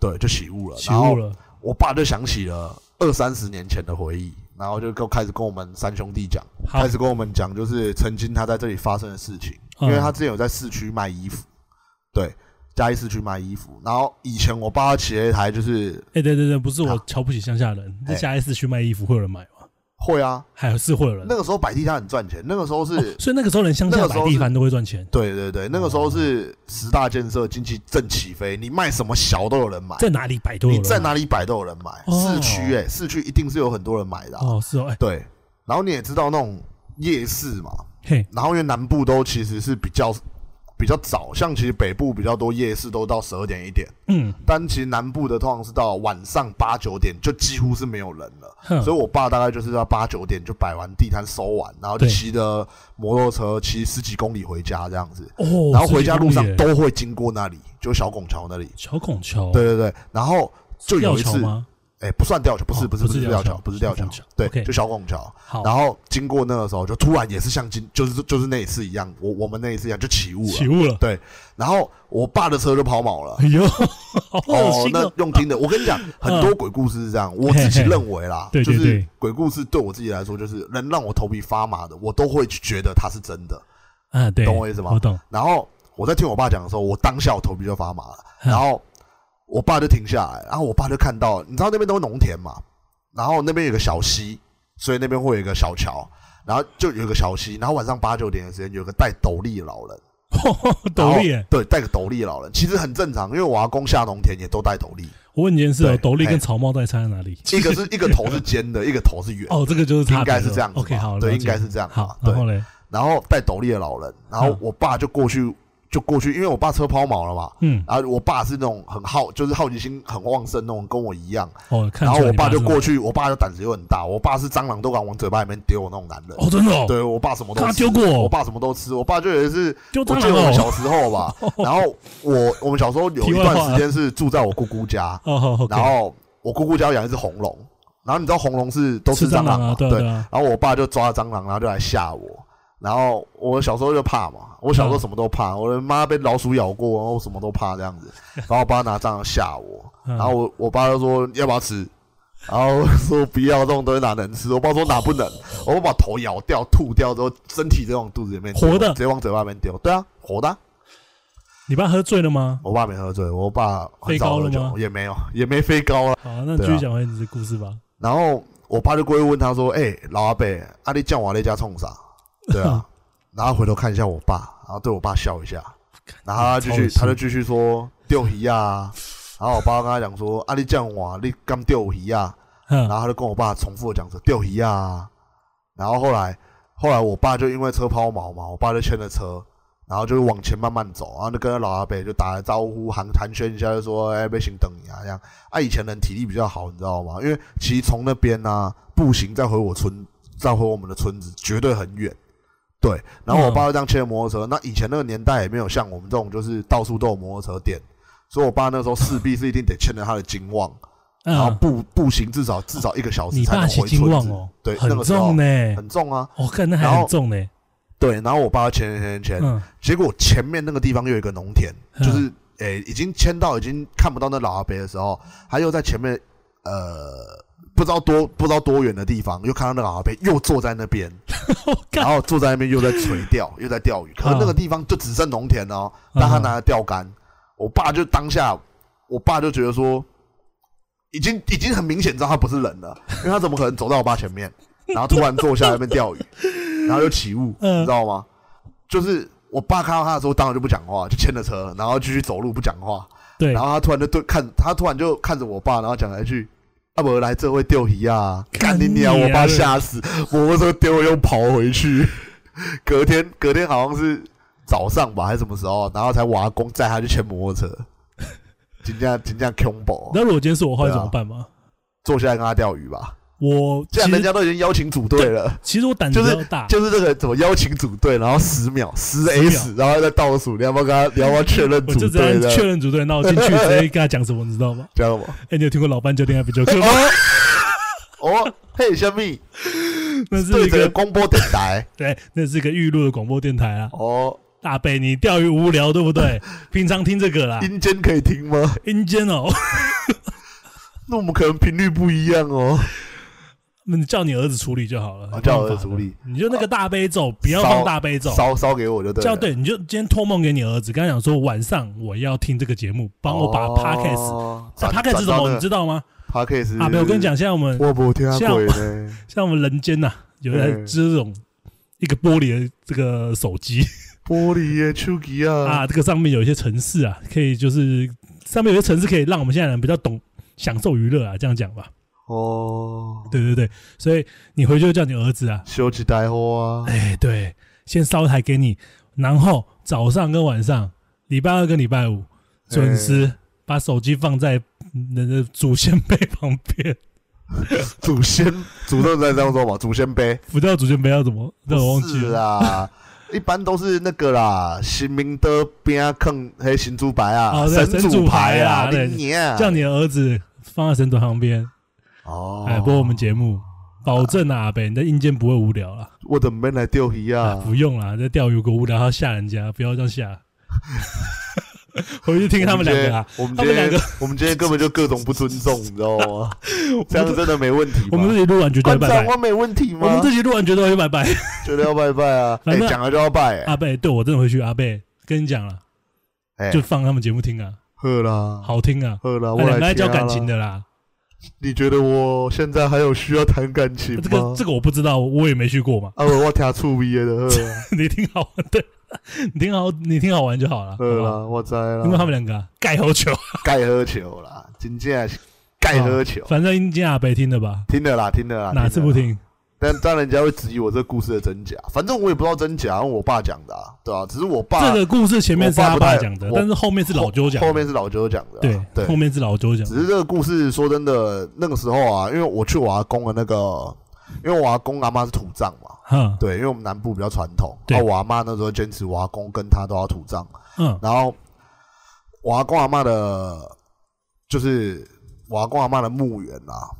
S2: 对，就起雾了。
S1: 起
S2: 然
S1: 雾
S2: 后
S1: 了，
S2: 我爸就想起了二三十年前的回忆，然后就跟开始跟我们三兄弟讲，
S1: 好
S2: 开，始跟我们讲就是曾经他在这里发生的事情。因
S1: 嗯
S2: 为他之前有在市区卖衣服，对，嘉义市区卖衣服。然后以前我爸骑了一台，就是
S1: 哎、对对对，不是我
S2: 好
S1: 瞧不起乡下人，在
S2: 哎
S1: 下一次去卖衣服会有人买吗？
S2: 会啊，
S1: 还是会有人。
S2: 那个时候摆地摊很赚钱，那个时候是，
S1: 所以那个时候人乡下
S2: 那个时
S1: 摆
S2: 候是
S1: 地摊都会赚钱，
S2: 对对对，那个时候是十大建设经济正起飞，你卖什么小都有人买，
S1: 在哪里摆都有
S2: 你
S1: 人买。
S2: 在哪里摆都有人买。
S1: 哦
S2: 市区哎、市区一定是有很多人买的啊、
S1: 哦，是哦，哎、
S2: 对，然后你也知道那种夜市嘛，
S1: 嘿，
S2: 然后因为南部都其实是比较比较早，像其实北部比较多夜市都到十二点一点。
S1: 嗯，
S2: 但其实南部的通常是到晚上八九点就几乎是没有人了，
S1: 哼
S2: 所以我爸大概就是要八九点就摆完地摊收完，然后就
S1: 对
S2: 骑着摩托车骑十几公里回家这样子，
S1: 哦，
S2: 然后回家路上
S1: 十几公里耶
S2: 都会经过那里，就小拱桥那里。
S1: 小孔桥，
S2: 对对对，然后就有
S1: 吊
S2: 一
S1: 桥
S2: 次，
S1: 吗？
S2: 哎，不算吊桥，不是
S1: 哦
S2: 不是
S1: 不
S2: 不
S1: 是
S2: 是
S1: 吊
S2: 吊
S1: 桥
S2: 桥，不是吊
S1: 小
S2: 桥
S1: 拱桥，
S2: 对
S1: OK，
S2: 就小拱桥。
S1: 好，
S2: 然后经过那个时候，就突然也是像今就是就是那一次一样，我我们那一次一样就起雾
S1: 起
S2: 了，哦
S1: 雾了，
S2: 然后我爸的车就抛锚了。
S1: 哎呦，好恶
S2: 哦，
S1: 心
S2: 那
S1: 哦，
S2: 用听的，我跟你 讲，很多鬼故事是这样，我自己认为啦，
S1: 嘿嘿对
S2: 就
S1: 对
S2: 是
S1: 对
S2: 鬼故事对我自己来说，就是能让我头皮发麻的，我都会觉得它是真的。
S1: 啊，对，
S2: 懂我意思吗
S1: 我懂，
S2: 然后我在听我爸讲的时候，我当下我头皮就发麻了，
S1: 嗯
S2: 然后我爸就停下来，然后我爸就看到，你知道那边都是农田嘛，然后那边有个小溪，所以那边会有一个小桥，然后就有一个小溪，然后晚上八九点的时间，有个戴斗笠的老人，
S1: 斗笠耶
S2: 然后，对，戴个斗笠的老人，其实很正常，因为我阿公下农田也都戴斗笠，
S1: 我问你一件事哦，
S2: 对
S1: 斗笠跟
S2: 嘿
S1: 草帽到底差在哪里？
S2: 一个是一个头是尖的，一个头是圆的
S1: 哦，这个就是差
S2: 应
S1: 别了
S2: 该是这样子吧
S1: OK，好，
S2: 对，
S1: 了
S2: 应
S1: 解
S2: 该是这样吧。
S1: 好，然后
S2: 对，
S1: 嘞，
S2: 然后戴斗笠的老人，然后
S1: 嗯
S2: 我爸就过去，就过去，因为我爸车抛锚了嘛。
S1: 嗯，
S2: 然后我爸是那种很好，就是好奇心很旺盛那种，跟我一样。
S1: 哦，看
S2: 然后
S1: 出来
S2: 我
S1: 你
S2: 爸就是过去，我爸就胆子又很大，我爸是蟑螂都敢往嘴巴里面丢的那种男人。
S1: 哦，真的哦，
S2: 对我爸什么都
S1: 看他
S2: 吃
S1: 丢过哦
S2: 我爸什么都吃。我爸就有一次，
S1: 丢
S2: 我
S1: 蟑
S2: 记得
S1: 螂
S2: 我们
S1: 哦，
S2: 小时候 吧，然后我我们小时候有
S1: 题
S2: 一
S1: 外话
S2: 段时间是住在我姑姑家，
S1: 哦，好，OK，
S2: 然后我姑姑家有养一只红龙，然后你知道红龙是都
S1: 吃
S2: 蟑
S1: 螂
S2: 嘛
S1: 啊，，对啊对啊，
S2: 然后我爸就抓蟑螂，然后就来吓我。然后我小时候就怕嘛，我小时候
S1: 嗯
S2: 什么都怕，我的妈被老鼠咬过，然后我什么都怕这样 子。然后我爸拿蟑螂吓我，
S1: 然
S2: 然后我我爸就说要不要吃，然后我说不要这种东西哪能吃？我爸说哪不能？我爸把头咬掉、吐掉之后，身体直接往肚子里面丢
S1: 活的
S2: 直接往嘴巴里面丢。对啊，活的啊、
S1: 你爸喝醉了吗？
S2: 我爸没喝醉，我爸很
S1: 飞高
S2: 少
S1: 了
S2: 喝
S1: 吗
S2: 酒，也没有也没飞高啊。
S1: 好，那继
S2: 对啊
S1: 续讲回你的故事吧。
S2: 然后我爸就过去问他说：“哎、老阿伯，啊你叫我在家冲啥？”对啊，然后回头看一下我爸，然后对我爸笑一下，然后他继续，他就继续说钓鱼啊。然后我爸跟他讲说：“啊你叫我，你刚钓鱼啊？”然
S1: 嗯，
S2: 后他就跟我爸重复地讲说钓鱼啊。然后后来后来我爸就因为车抛锚嘛，我爸就牵了车。然后就往前慢慢走，然后就跟老阿伯就打了招呼，寒寒暄一下，就说：“哎、被行等你啊。”这样，啊，以前人体力比较好，你知道吗？因为其实从那边呢、步行再回我村，再回我们的村子，绝对很远。对，然后我爸就这样牵着摩托车。那以前那个年代也没有像我们这种，就是到处都有摩托车店，所以我爸那时候势必是一定得牵着他的金旺，然后
S1: 嗯，
S2: 步步行至少至少一个小时
S1: 你
S2: 才
S1: 爸
S2: 能
S1: 骑
S2: 回
S1: 金
S2: 村
S1: 旺
S2: 子，
S1: 哦，
S2: 对
S1: 很
S2: 那个时候
S1: 重呢，
S2: 很重啊。
S1: 我看那还
S2: 然后
S1: 很重呢，
S2: 对，然后我爸牵牵牵牵，
S1: 嗯，
S2: 结果前面那个地方又有一个农田，
S1: 嗯
S2: 就是诶已经牵到已经看不到那老阿伯的时候，他又在前面呃不知道多不知道多远的地方，又看到那个老阿伯又坐在 那边，然后坐在那边又在垂钓，又在钓鱼。可是那个地方就只剩农田哦，
S1: 嗯
S2: 但他拿了钓竿，我爸就当下，我爸就觉得说，已经已经很明显知道他不是 人了，因为他怎么可能走到我爸前面，然后突然坐下来那边 钓鱼，然后就起雾，
S1: 嗯
S2: 你知道吗？就是我爸看到他的时候，当然就不讲话，就牵着车，然后继续走路不讲话，
S1: 对
S2: 然，后他突然就对看，他突然就看着我爸，然后讲了一句。阿伯来这会钓鱼啊！
S1: 干
S2: 干你
S1: 你
S2: 娘！我
S1: 啊
S2: 爸吓死，摩托车丢了又跑回去。隔天，隔天好像是早上吧，还是什么时候？然后才瓦工载他去牵 摩托车，真正真正恐怖。
S1: 那如果今天是我的话，
S2: 对
S1: 会
S2: 啊
S1: 怎么办吗？
S2: 坐下来跟他钓鱼吧。
S1: 我
S2: 既然
S1: 其
S2: 人
S1: 实
S2: 家都已经邀请组队了，
S1: 其实我胆子
S2: 就
S1: 比
S2: 是
S1: 较大，
S2: 就是这个怎么邀请组队，然后十秒十
S1: 秒
S2: S，然后再倒数，你要不要跟他，你要不要确认
S1: 我
S2: 组
S1: 就只
S2: 队
S1: 要确
S2: 的？
S1: 认组队，那我进去直哎接跟他讲什么，你知道吗？
S2: 这样吗？
S1: 哎、你有听过老班教练 Happy Joker 吗？
S2: 哦哦，嘿，小 米，
S1: 那是
S2: 对
S1: 一
S2: 着
S1: 个
S2: 广播电台
S1: 对，那是一个预录的广播电台啊。
S2: 哦，
S1: 大贝，你钓鱼无聊对不对？ 平常听这个啦，
S2: 阴间可以听吗？
S1: 阴间哦，
S2: 那我们可能频率不一样哦。
S1: 那你叫你儿子处理就好了，
S2: 啊叫我儿子
S1: 没办法的
S2: 处理
S1: 你就那个大悲咒，不要放大悲咒，
S2: 烧烧给我就对了。
S1: 叫对，你就今天托梦给你儿子，跟他讲说晚上我要听这个节目，帮我把 podcast，
S2: 哦
S1: 那
S2: 转
S1: podcast 是什
S2: 转到
S1: 么？
S2: 那
S1: 你知道吗？
S2: 个 podcast
S1: 啊，没有，我跟你，讲，现在我们
S2: 我没听
S1: 像
S2: 过呢。
S1: 像我们人间呐，有人
S2: 嗯
S1: 这种一个玻璃的这个手机
S2: 玻璃的手机啊，
S1: 啊，这个上面有一些城市啊，可以就是上面有些城市可以让我们现在人比较懂享受娱乐啊，这样讲吧。
S2: 哦，
S1: 对对对，所以你回去就叫你儿子啊，
S2: 修几台花啊，
S1: 哎，对，先烧一台给你，然后早上跟晚上，礼拜二跟礼拜五
S2: 哎
S1: 准时把手机放在那个祖先碑旁边。
S2: 祖先，祖宗在这样说嘛，祖 先碑。
S1: 不知道祖先碑要怎么，这我忘记
S2: 不是
S1: 了。
S2: 啊啦，一般都是那个啦，新民的边啊坑黑神主牌啊，
S1: 哦对神主
S2: 主
S1: 牌啊
S2: 啊，
S1: 对
S2: 你娘
S1: 叫你儿子放在神桌旁边，
S2: 哦，
S1: 哎，播我们节目，保证啊，阿北，你的阴间不会无聊啦。
S2: 我怎么没来钓鱼
S1: 啊，
S2: 啊？
S1: 不用啦，这钓鱼果无聊，要吓人家，不要这样吓。 回去听他们两个啊，
S2: 我们
S1: 他们
S2: 今天，
S1: 两个，
S2: 我们今天根本就各种不尊重，你 知道吗？这样真的没问题吧
S1: 我们自己录完绝对
S2: 观
S1: 拜
S2: 察
S1: 拜，
S2: 官没问题吗？
S1: 我们自己录完绝对会拜拜。
S2: 觉得要拜拜啊，哎
S1: 反，正
S2: 讲了就要拜，哎
S1: 阿贝，对我真的回去，阿贝跟你讲了，
S2: 哎，
S1: 就放他们节目听啊，
S2: 喝啦，
S1: 好听啊，
S2: 喝啦，
S1: 啊
S2: 我
S1: 两个
S2: 来
S1: 爱
S2: 听
S1: 交
S2: 啊
S1: 感情
S2: 啦。
S1: 的啦。
S2: 你觉得我现在还有需要谈感情
S1: 这
S2: 吗
S1: 个？这个我不知道，我也没去过嘛。
S2: 啊，我我听趣味的就好啦，
S1: 你听好， 对，你听好，你听好玩就好了，好
S2: 喝
S1: 不好
S2: 啊啦，我知啦。
S1: 因为他们两个啊盖头 球，
S2: 盖喝球啦，真正是盖喝球。
S1: 反正应该阿贝听的吧？
S2: 听了啦，听啊了啦，
S1: 哪次不
S2: 了啦？
S1: 听？
S2: 但但人家会质疑我这故事的真假，反正我也不知道真假，因为我爸讲的啊，对啊，只是我爸
S1: 这个故事前面是
S2: 我爸
S1: 阿
S2: 不太
S1: 爸讲的，
S2: 我
S1: 但是后面是老周讲的，
S2: 后面是老九讲的啊，
S1: 对，后面是老周讲的
S2: 只。是这个故事说真的，那个时候啊，因为我去我阿公的那个，因为我阿公阿妈是土葬嘛，
S1: 哼，
S2: 对，因为我们南部比较传统，
S1: 对
S2: 啊，我阿妈那时候坚持我阿公跟他都要土葬，
S1: 嗯，
S2: 然后我阿公阿妈的，就是我阿公阿妈的墓园啊，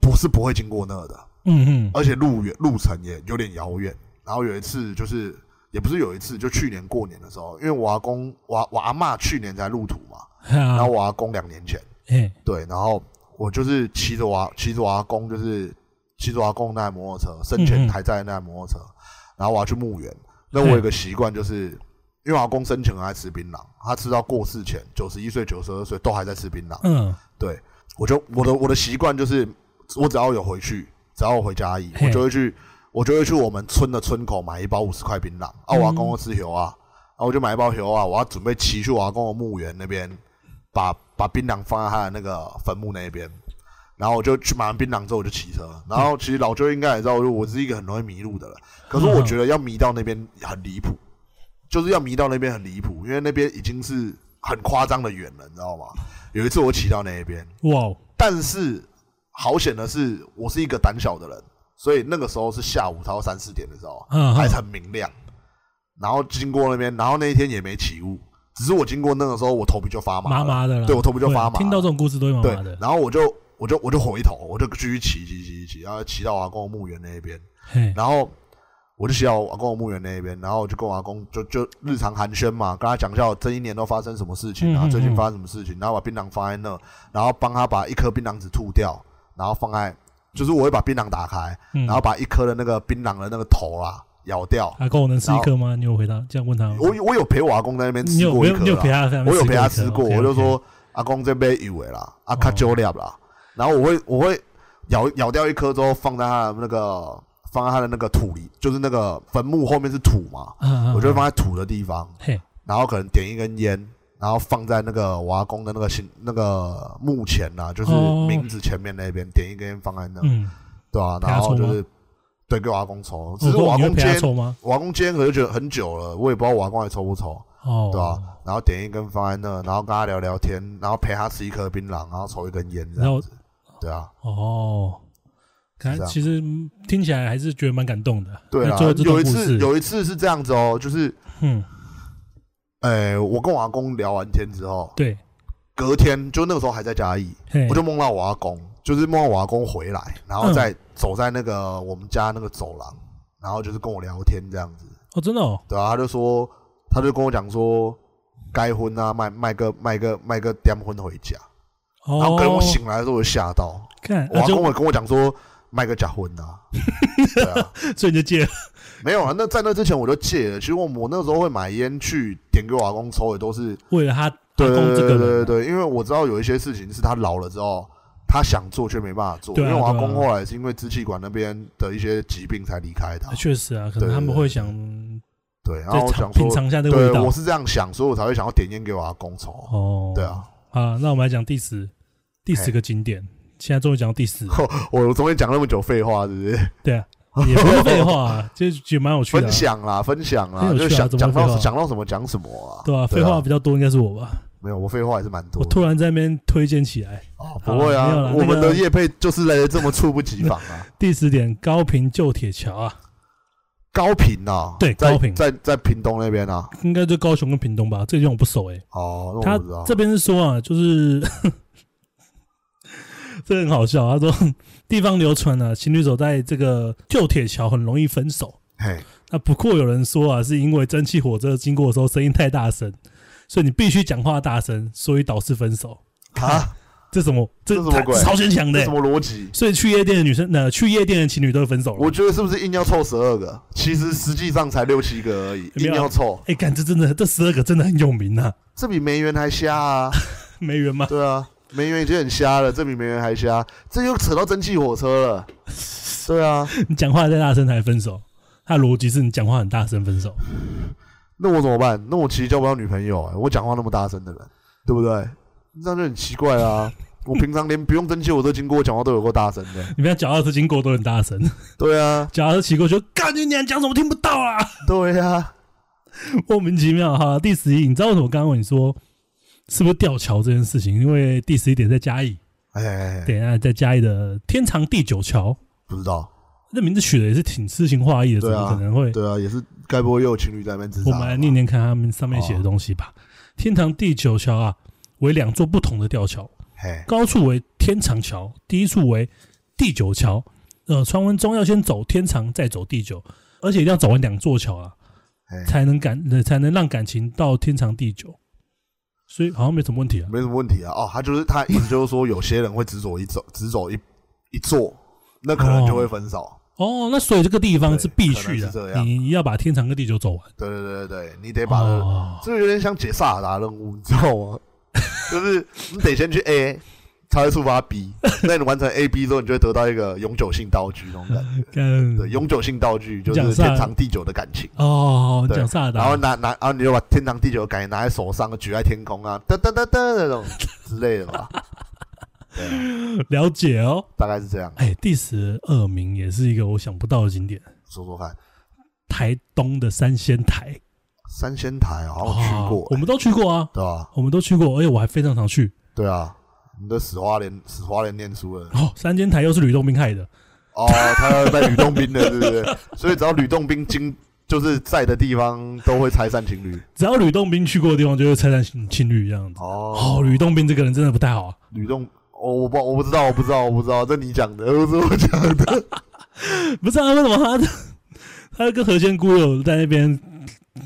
S2: 不是不会经过那的，
S1: 嗯嗯，
S2: 而且路远路程也有点遥远。然后有一次就是，也不是有一次，就去年过年的时候，因为我阿公我阿我阿嬷去年才入土嘛，然后
S1: 啊，
S2: 我阿公两年前。
S1: 哎，
S2: 对，然后我就是骑着我阿骑着我阿公，就是骑着我阿公那台摩托车，生
S1: 嗯嗯
S2: 前还在的那台摩托车，然后我要去墓园。那我有一个习惯，就是因为我阿公生前很爱吃槟榔，他吃到过世前，九十一岁、九十二岁都还在吃槟榔。
S1: 嗯，
S2: 对，我就我的我的习惯就是，我只要有回去，只要我回家一，
S1: 嘿
S2: 我就会去，我就会去我们村的村口买一包五十块槟榔。啊，我阿公
S1: 嗯
S2: 公吃油啊，然后我就买一包油啊，我要准备骑去我阿公的墓园那边，把把槟榔放在他的那个坟墓那边。然后我就去买完槟榔之后，我就骑车。然后其实老周应该也知道，我就我是一个很容易迷路的人。可是我觉得要迷到那边很离谱，就是要迷到那边很离谱，因为那边已经是很夸张的远了，你知道吗？有一次我骑到那一边，
S1: 哇哦，
S2: 但是好险的是，我是一个胆小的人，所以那个时候是下午，差不多三四点的时候，
S1: 嗯
S2: 还
S1: 哼
S2: 是很明亮。然后经过那边，然后那一天也没起雾，只是我经过那个时候，我头皮就发麻
S1: 麻
S2: 了，
S1: 麻的啦，
S2: 对我头皮就
S1: 会
S2: 发麻了
S1: 听到这种故事都会麻
S2: 对
S1: 麻的，，
S2: 然后我就我就我就回头，我就继续骑骑骑骑，然后骑到我阿公的墓园那一边，
S1: 嘿，
S2: 然后我就骑到我阿公的墓园那一边，然后我就跟我阿公就就日常寒暄嘛，跟他讲一下我这一年都发生什么事情啊，
S1: 嗯嗯嗯
S2: 最近发生什么事情，然后把槟榔放在那，然后帮他把一颗槟榔籽吐掉，然后放在，就是我会把槟榔打开，
S1: 嗯
S2: 然后把一颗的那个槟榔的那个头啊咬掉。
S1: 阿公我能吃一颗吗？你有回答这样问他吗？
S2: 我我有陪我阿公在那边
S1: 你
S2: 吃
S1: 有
S2: 过
S1: 没
S2: 一
S1: 有嗯
S2: 颗啊
S1: 你有陪
S2: 啦，
S1: 他？
S2: 我有陪他吃过，
S1: 一颗
S2: 我就，
S1: OK，OK
S2: 说阿公这杯以为啦，啊阿卡
S1: 哦
S2: 鸠粒啦，然后我会我会咬咬掉一颗之后放在他的那个放在他的那个土里，就是那个坟墓后面是土嘛，
S1: 啊
S2: 我就会，
S1: 啊
S2: 放在土的地方，
S1: 嘿，
S2: 然后可能点一根烟，然后放在那个我阿公的那个新那个墓前呐、就是
S1: 哦
S2: 名字前面那边点一根烟放在那，
S1: 嗯，
S2: 对啊，
S1: 陪他
S2: 然后
S1: 抽
S2: 就
S1: 吗
S2: 是对给我阿公抽，只
S1: 我
S2: 是我
S1: 说
S2: 阿
S1: 你会
S2: 公
S1: 陪
S2: 今
S1: 他
S2: 天
S1: 抽吗？
S2: 我阿公今天可能就很久了，我也不知道我阿公还抽不抽，
S1: 哦，
S2: 对啊，然后点一根放在那，然后跟他聊聊天，然后陪他吃一颗槟榔，然后抽一根烟这
S1: 然
S2: 样
S1: 后
S2: 子，对啊，
S1: 哦，看
S2: 是这样
S1: 其实嗯听起来还是觉得蛮感动的。
S2: 对
S1: 就
S2: 啊
S1: 最后，这
S2: 有
S1: 段
S2: 一
S1: 故
S2: 次
S1: 事，
S2: 有一次是这样子哦，就是，
S1: 嗯，
S2: 哎，我跟我阿公聊完天之后，
S1: 对，
S2: 隔天就那个时候还在嘉义，
S1: 嘿嗯
S2: 我就梦到我阿公，就是梦到我阿公回来，然后再走在那个我们家那个走廊，然后就是跟我聊天这样子，
S1: 哦，真的哦，
S2: 对啊，他就说，他就跟我讲说，该婚啊，卖卖个卖个卖个点婚回家，然后
S1: 哦
S2: 可能我，醒来的时候我就吓到，
S1: 看，
S2: 我
S1: 啊
S2: 阿公
S1: 就
S2: 也跟我讲说，卖个假婚 啊，对啊，
S1: 所以你就戒了，
S2: 没有啊，那在那之前我就戒了，其实我我那时候会买烟去点给我阿公抽，也都是
S1: 为了他阿
S2: 对
S1: 公
S2: 对
S1: 这个人
S2: 对对
S1: 啊，
S2: 对，因为我知道有一些事情是他老了之后，他想做却没办法做。
S1: 对啊
S2: 因为我阿
S1: 对啊
S2: 公后来是因为支气管那边的一些疾病才离开的啊
S1: 啊。确实啊，可能
S2: 对对
S1: 他们会想
S2: 对，然
S1: 再
S2: 后我
S1: 尝
S2: 想
S1: 品
S2: 说，
S1: 尝一下这个
S2: 对
S1: 味，道
S2: 我。是这样想，所以我才会想要点烟给我阿公抽。
S1: 哦，
S2: 对啊，
S1: 啊，那我们来讲第十第十
S2: 嘿
S1: 个景点，现在终于讲到第十了，
S2: 我中间讲那么久废话，是不是？
S1: 对啊，也不是废话啊， 这也蛮有趣的啊
S2: 分，享啦，分享啦，
S1: 很有趣啊
S2: 就想
S1: 怎么
S2: 讲
S1: 会废
S2: 到
S1: 话
S2: 讲到什么讲什么啊。
S1: 对啊，废话比较多应该是我吧，
S2: 没有，我废话也是蛮多
S1: 我
S2: 的。
S1: 突然在那边推荐起来。
S2: 哦不会
S1: 好啦没有啦
S2: 啊，我
S1: 那
S2: 们
S1: 个
S2: 的叶配就是来的这么猝不及防 啊。
S1: 第十点，高平旧铁桥啊，
S2: 高频啊，
S1: 对
S2: 在
S1: 高屏
S2: 在在屏东那边啊。
S1: 应该就高雄跟屏东吧，这地方我不熟诶、欸
S2: 哦，那
S1: 他
S2: 我不知道。
S1: 这边是说啊，就是 这很好笑啊，他说 地方流传啊，情侣走在这个旧铁桥很容易分手。
S2: 嘿，
S1: 那不过有人说啊，是因为蒸汽火车经过的时候声音太大声，所以你必须讲话大声，所以导致分手。
S2: 啊，
S1: 这什么？这
S2: 这什么鬼
S1: 超先强的欸、
S2: 这什么逻辑？
S1: 所以去夜店的女生，呃，去夜店的情侣都会分手了
S2: 我。觉得是不是硬要凑十二个？其实实际上才六七个而已，
S1: 没有
S2: 硬要凑，
S1: 哎，感、这真的，这十二个真的很有名啊，
S2: 这比梅园还 瞎啊！
S1: 没人吗？
S2: 对啊，梅园已经很瞎了，这比梅园还瞎，这又扯到蒸汽火车了。对啊，
S1: 你讲话太大声才分手，他的逻辑是你讲话很大声分手。
S2: 那我怎么办？那我其实交不到女朋友、欸，我讲话那么大声的人，对不对？这样就很奇怪啊！我平常连不用蒸汽火车经过，我讲话都有够大声的。
S1: 你不要脚踏车经过都很大声，
S2: 对啊，
S1: 脚踏车骑过去，干你娘，讲什么听不到啊？
S2: 对啊，
S1: 莫名其妙哈。第十一，你知道为什么我刚刚问你说是不是吊桥这件事情？因为第十一点在嘉义，
S2: 哎哎，哎
S1: 等一下在嘉义的天长地久桥，
S2: 不知道。
S1: 这名字取的也是挺诗情画意的，怎
S2: 对啊
S1: 么可能会？
S2: 对啊，也是，该不会又有情侣在那边自杀
S1: 我
S2: 了吧？
S1: 们来念念看他们上面
S2: 哦
S1: 写的东西吧。天长地久桥啊，为两座不同的吊桥，
S2: 嘿，
S1: 高处为天长桥，低处为地久桥。呃，传闻中要先走天长，再走地久，而且一定要走完两座桥啊，
S2: 嘿
S1: 才能感、呃才能让感情到天长地久。所以好像没什么问题啊。
S2: 没什么问题啊。哦，他就是他意思就是说，有些人会只走一走，只走一一座，那可能就会分手。
S1: 哦，那所以这个地方是必须
S2: 对可能是这
S1: 的，
S2: 样
S1: 你要把天长跟地久走完。
S2: 对对对对对，你得把、
S1: 哦，
S2: 这个有点像解萨尔达任务，你知道 吗？就是你得先去 A，才会触发 B，那你完成 A B 之后，你就会得到一个永久性道具那种 感觉。
S1: 跟
S2: 对，永久性道具就
S1: 讲
S2: 是
S1: 萨尔
S2: 天长地久的感情。
S1: 哦，你讲萨尔
S2: 然后
S1: 达，
S2: 拿拿，然后你就把天长地久的感觉拿在手上，举在天空啊，噔噔噔噔那 种之类的吧。对啊、
S1: 了解哦。
S2: 大概是这样，
S1: 哎，第十二名也是一个我想不到的景点，
S2: 说说看。
S1: 台东的三仙台。
S2: 三仙台好像有去过、
S1: 哦我们都去过啊，
S2: 对吧？
S1: 我们都去过，而且我还非常常去。
S2: 对啊，你的死花莲死花莲念书了
S1: 哦，三间台又是吕洞宾害的，
S2: 哦，他要在吕洞宾的，是不是？所以只要吕洞宾经就是在的地方，都会拆散情侣
S1: 只要吕洞宾去过的地方，就会拆散情情侣这样子。哦，
S2: 哦。
S1: 吕洞宾这个人真的不太好啊。
S2: 吕洞，哦，我不我不知道，我不知道，我不知道，这你讲的，不是我讲的。
S1: 不是啊，为什么他他跟何仙姑有在那边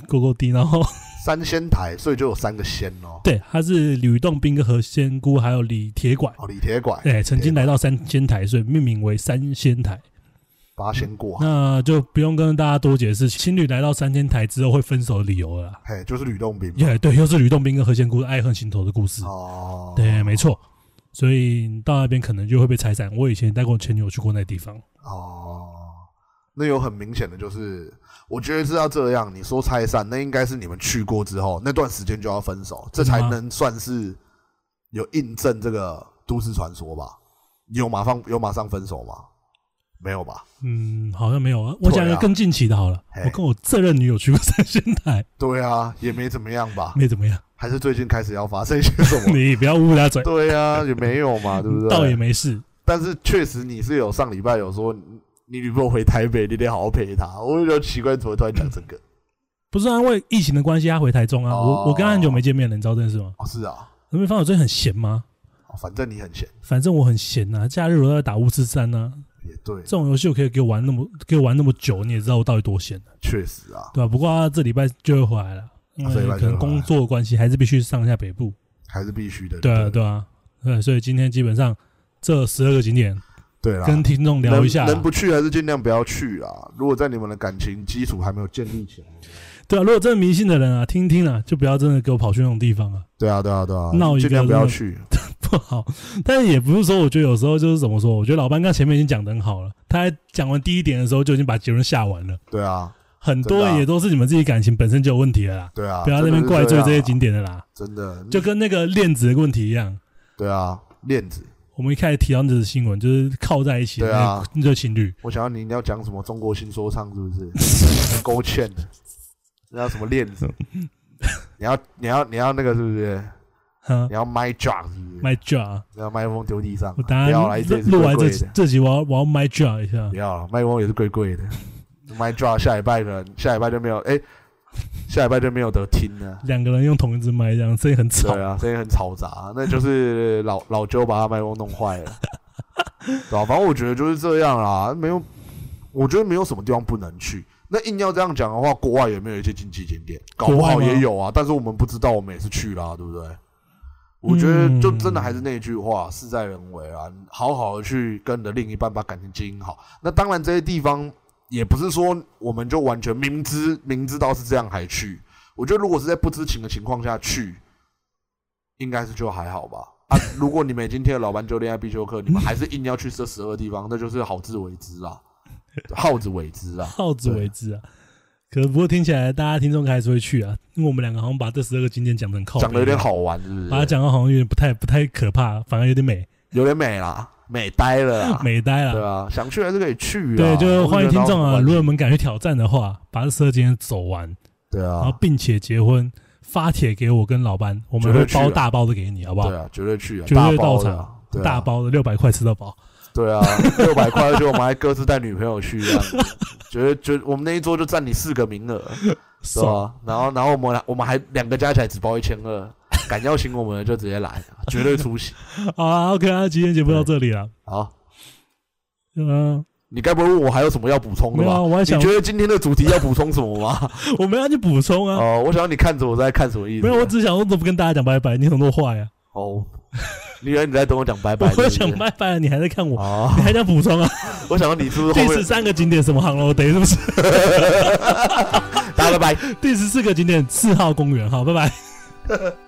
S1: 勾勾滴，然后。
S2: 三仙台，所以就有三个仙哦
S1: 对，他是吕洞宾跟何仙姑还有李铁拐，
S2: 哦，李铁拐，
S1: 哎，曾经来到三仙台，所以命名为三仙台。
S2: 八仙过海，
S1: 那就不用跟大家多解释，情侣来到三仙台之后会分手的理由了啦。
S2: 嘿，就是吕洞宾嘛。
S1: 耶、对，又是吕洞宾跟何仙姑的爱恨情仇的故事。
S2: 哦，
S1: 对，没错。所以你到那边可能就会被拆散。我以前带过前女友去过那地方，
S2: 哦，那有很明显的就是，我觉得是要这样。你说拆散，那应该是你们去过之后那段时间就要分手，这
S1: 真的
S2: 才
S1: 吗
S2: 能算是有印证这个都市传说吧？有马上有马上分手吗？没有吧？
S1: 嗯，好像没有啊。我讲一
S2: 对
S1: 个
S2: 啊
S1: 更近期的好了，
S2: 嘿
S1: 我跟我这任女友去过三仙台，
S2: 对啊，也没怎么样吧？
S1: 没怎么样。
S2: 还是最近开始要发生一些什么？
S1: 你不要捂他嘴，
S2: 对啊，也没有嘛，对不对？
S1: 倒也没事。
S2: 但是确实你是有上礼拜有说你你女朋友回台北，你得好好陪她。我就觉得奇怪，怎么突然讲这个？
S1: 不是啊，因为疫情的关系，他回台中啊。我我跟他很久没见面了，你知道这件事吗？
S2: 哦，是啊，
S1: 那边方友最近很闲吗？
S2: 哦反正你很闲，
S1: 反正我很闲呐、假日我都在打巫师三呐、
S2: 也对
S1: 这，种游戏我可以给我玩那么给我玩那么久，你也知道我到底多闲、
S2: 确实啊，
S1: 对吧、不过他这礼拜就会回来了，因
S2: 这
S1: 为
S2: 礼拜就
S1: 可能
S2: 会回来
S1: 工作的关系，还是必须上一下北部。
S2: 还是必须的。
S1: 对啊，
S2: 对
S1: 对啊，对，所以今天基本上这十二个景点
S2: 对啦，
S1: 跟听众聊一下啦啊
S2: 能，能不去还是尽量不要去啊。如果在你们的感情基础还没有建立起来，
S1: 对啊，如果真的迷信的人啊，听听啊，就不要真的给我跑去那种地方啊，
S2: 对啊，对啊，对啊，
S1: 闹一个
S2: 尽量不要去。
S1: 不好。但也不是说，我觉得有时候就是怎么说，我觉得老班刚前面已经讲的很好了，他在讲完第一点的时候就已经把结论下完了，
S2: 对啊，
S1: 很多
S2: 真的啊
S1: 也都是你们自己感情本身就有问题了啦，
S2: 对啊，
S1: 不要在那边怪罪这些景
S2: 点，
S1: 点的啦，
S2: 真的
S1: 就跟那个链子的问题一样。
S2: 对啊，链子。
S1: 我们一开始提到那则新闻，就是靠在一起的
S2: 对啊
S1: 那那对情侣，
S2: 我想要你要讲什么中国新说唱是不是？勾芡的，那叫什么链子？你要你要你要那个是不是？
S1: 哈
S2: 你要 my drop 是不是？
S1: ，my jaw，
S2: 你要麦克风丢地上，啊
S1: 我
S2: 不
S1: 等下
S2: 要来这也是
S1: 录录
S2: 贵
S1: 完
S2: 贵
S1: 这
S2: 的，
S1: 这集我要我要 my jaw 一下
S2: 不，要了，麦克风也是贵贵的。my drop 下礼拜可能下礼拜就没有，哎，下礼拜就没有得听了。
S1: 两个人用同一只麦，这样声音很吵
S2: 对。啊，声音很 嘈杂，那就是老老周把他麦克风弄坏了，对啊，反正我觉得就是这样啦，没有，我觉得没有什么地方不能去。那硬要这样讲的话，国外有没有一些经济景点？搞不好
S1: 国外吗
S2: 也有啊，但是我们不知道，我们也是去啦，对不对？我觉得就真的还是那句
S1: 嗯
S2: 话，事在人为啊，你好好的去跟你的另一半把感情经营好。那当然，这些地方也不是说我们就完全明知明知道是这样还去。我觉得如果是在不知情的情况下去，应该是就还好吧。啊，如果你们已经听了老班就恋爱必修课，你们还是硬要去这十二地方，那就是好自为之啦，好自为之啦。
S1: 耗子为之啊。可是不过听起来，大家听众还是会去啊，因为我们两个好像把这十二个景点讲的很靠，
S2: 讲的有点，好玩，是不是？
S1: 把它讲的好像有点不太不太可怕，反而有点美
S2: 有点美啦，美呆了啦，
S1: 美呆
S2: 对
S1: 了。
S2: 啊，想去还是可以去啊。
S1: 对，就
S2: 我
S1: 欢迎
S2: 觉
S1: 听
S2: 得
S1: 众
S2: 到
S1: 啊，
S2: 底
S1: 如果你们敢去挑战的话，把这十二景点走完，
S2: 对
S1: 然后
S2: 啊，
S1: 并且结婚，发帖给我跟老班，我们
S2: 绝
S1: 会
S2: 对去
S1: 包
S2: 啊
S1: 大包的给你，好不好
S2: 对？啊，绝对去啊，
S1: 绝
S2: 大
S1: 对
S2: 包
S1: 到
S2: 的
S1: 场
S2: 啊，对啊
S1: 大，包的六百块吃到饱，
S2: 对啊，六百块，而且我们还各自带女朋友去，这样子觉得觉得我们那一桌就占你四个名额，是啊
S1: 爽！
S2: 吧？然后然后我们我们还两个加起来只包一千 二，敢邀请我们的就直接来，绝对出席。
S1: 好啊，OK 啊，今天节目到这里了。
S2: 好，
S1: 嗯，
S2: 你该不会问我还有什么要补充的
S1: 没有啊
S2: 吧？
S1: 我还
S2: 你
S1: 想
S2: 觉得今天的主题要补充什么 吗？
S1: 我们要去补充啊，
S2: 哦，我想要你看着我在看什么意思？
S1: 没有，我只想说怎么跟大家讲拜拜，你很多话呀，
S2: 哦，你以为你在等我讲拜拜？
S1: 我
S2: 是不是
S1: 想拜拜了，你还在看我，
S2: 哦
S1: 你还想补充啊？
S2: 我想到你是不是
S1: 第
S2: 后
S1: 十
S2: 面
S1: 三个景点什么航楼得是不是？
S2: 大家拜拜。
S1: 第十四个景点四号公园，好，拜拜。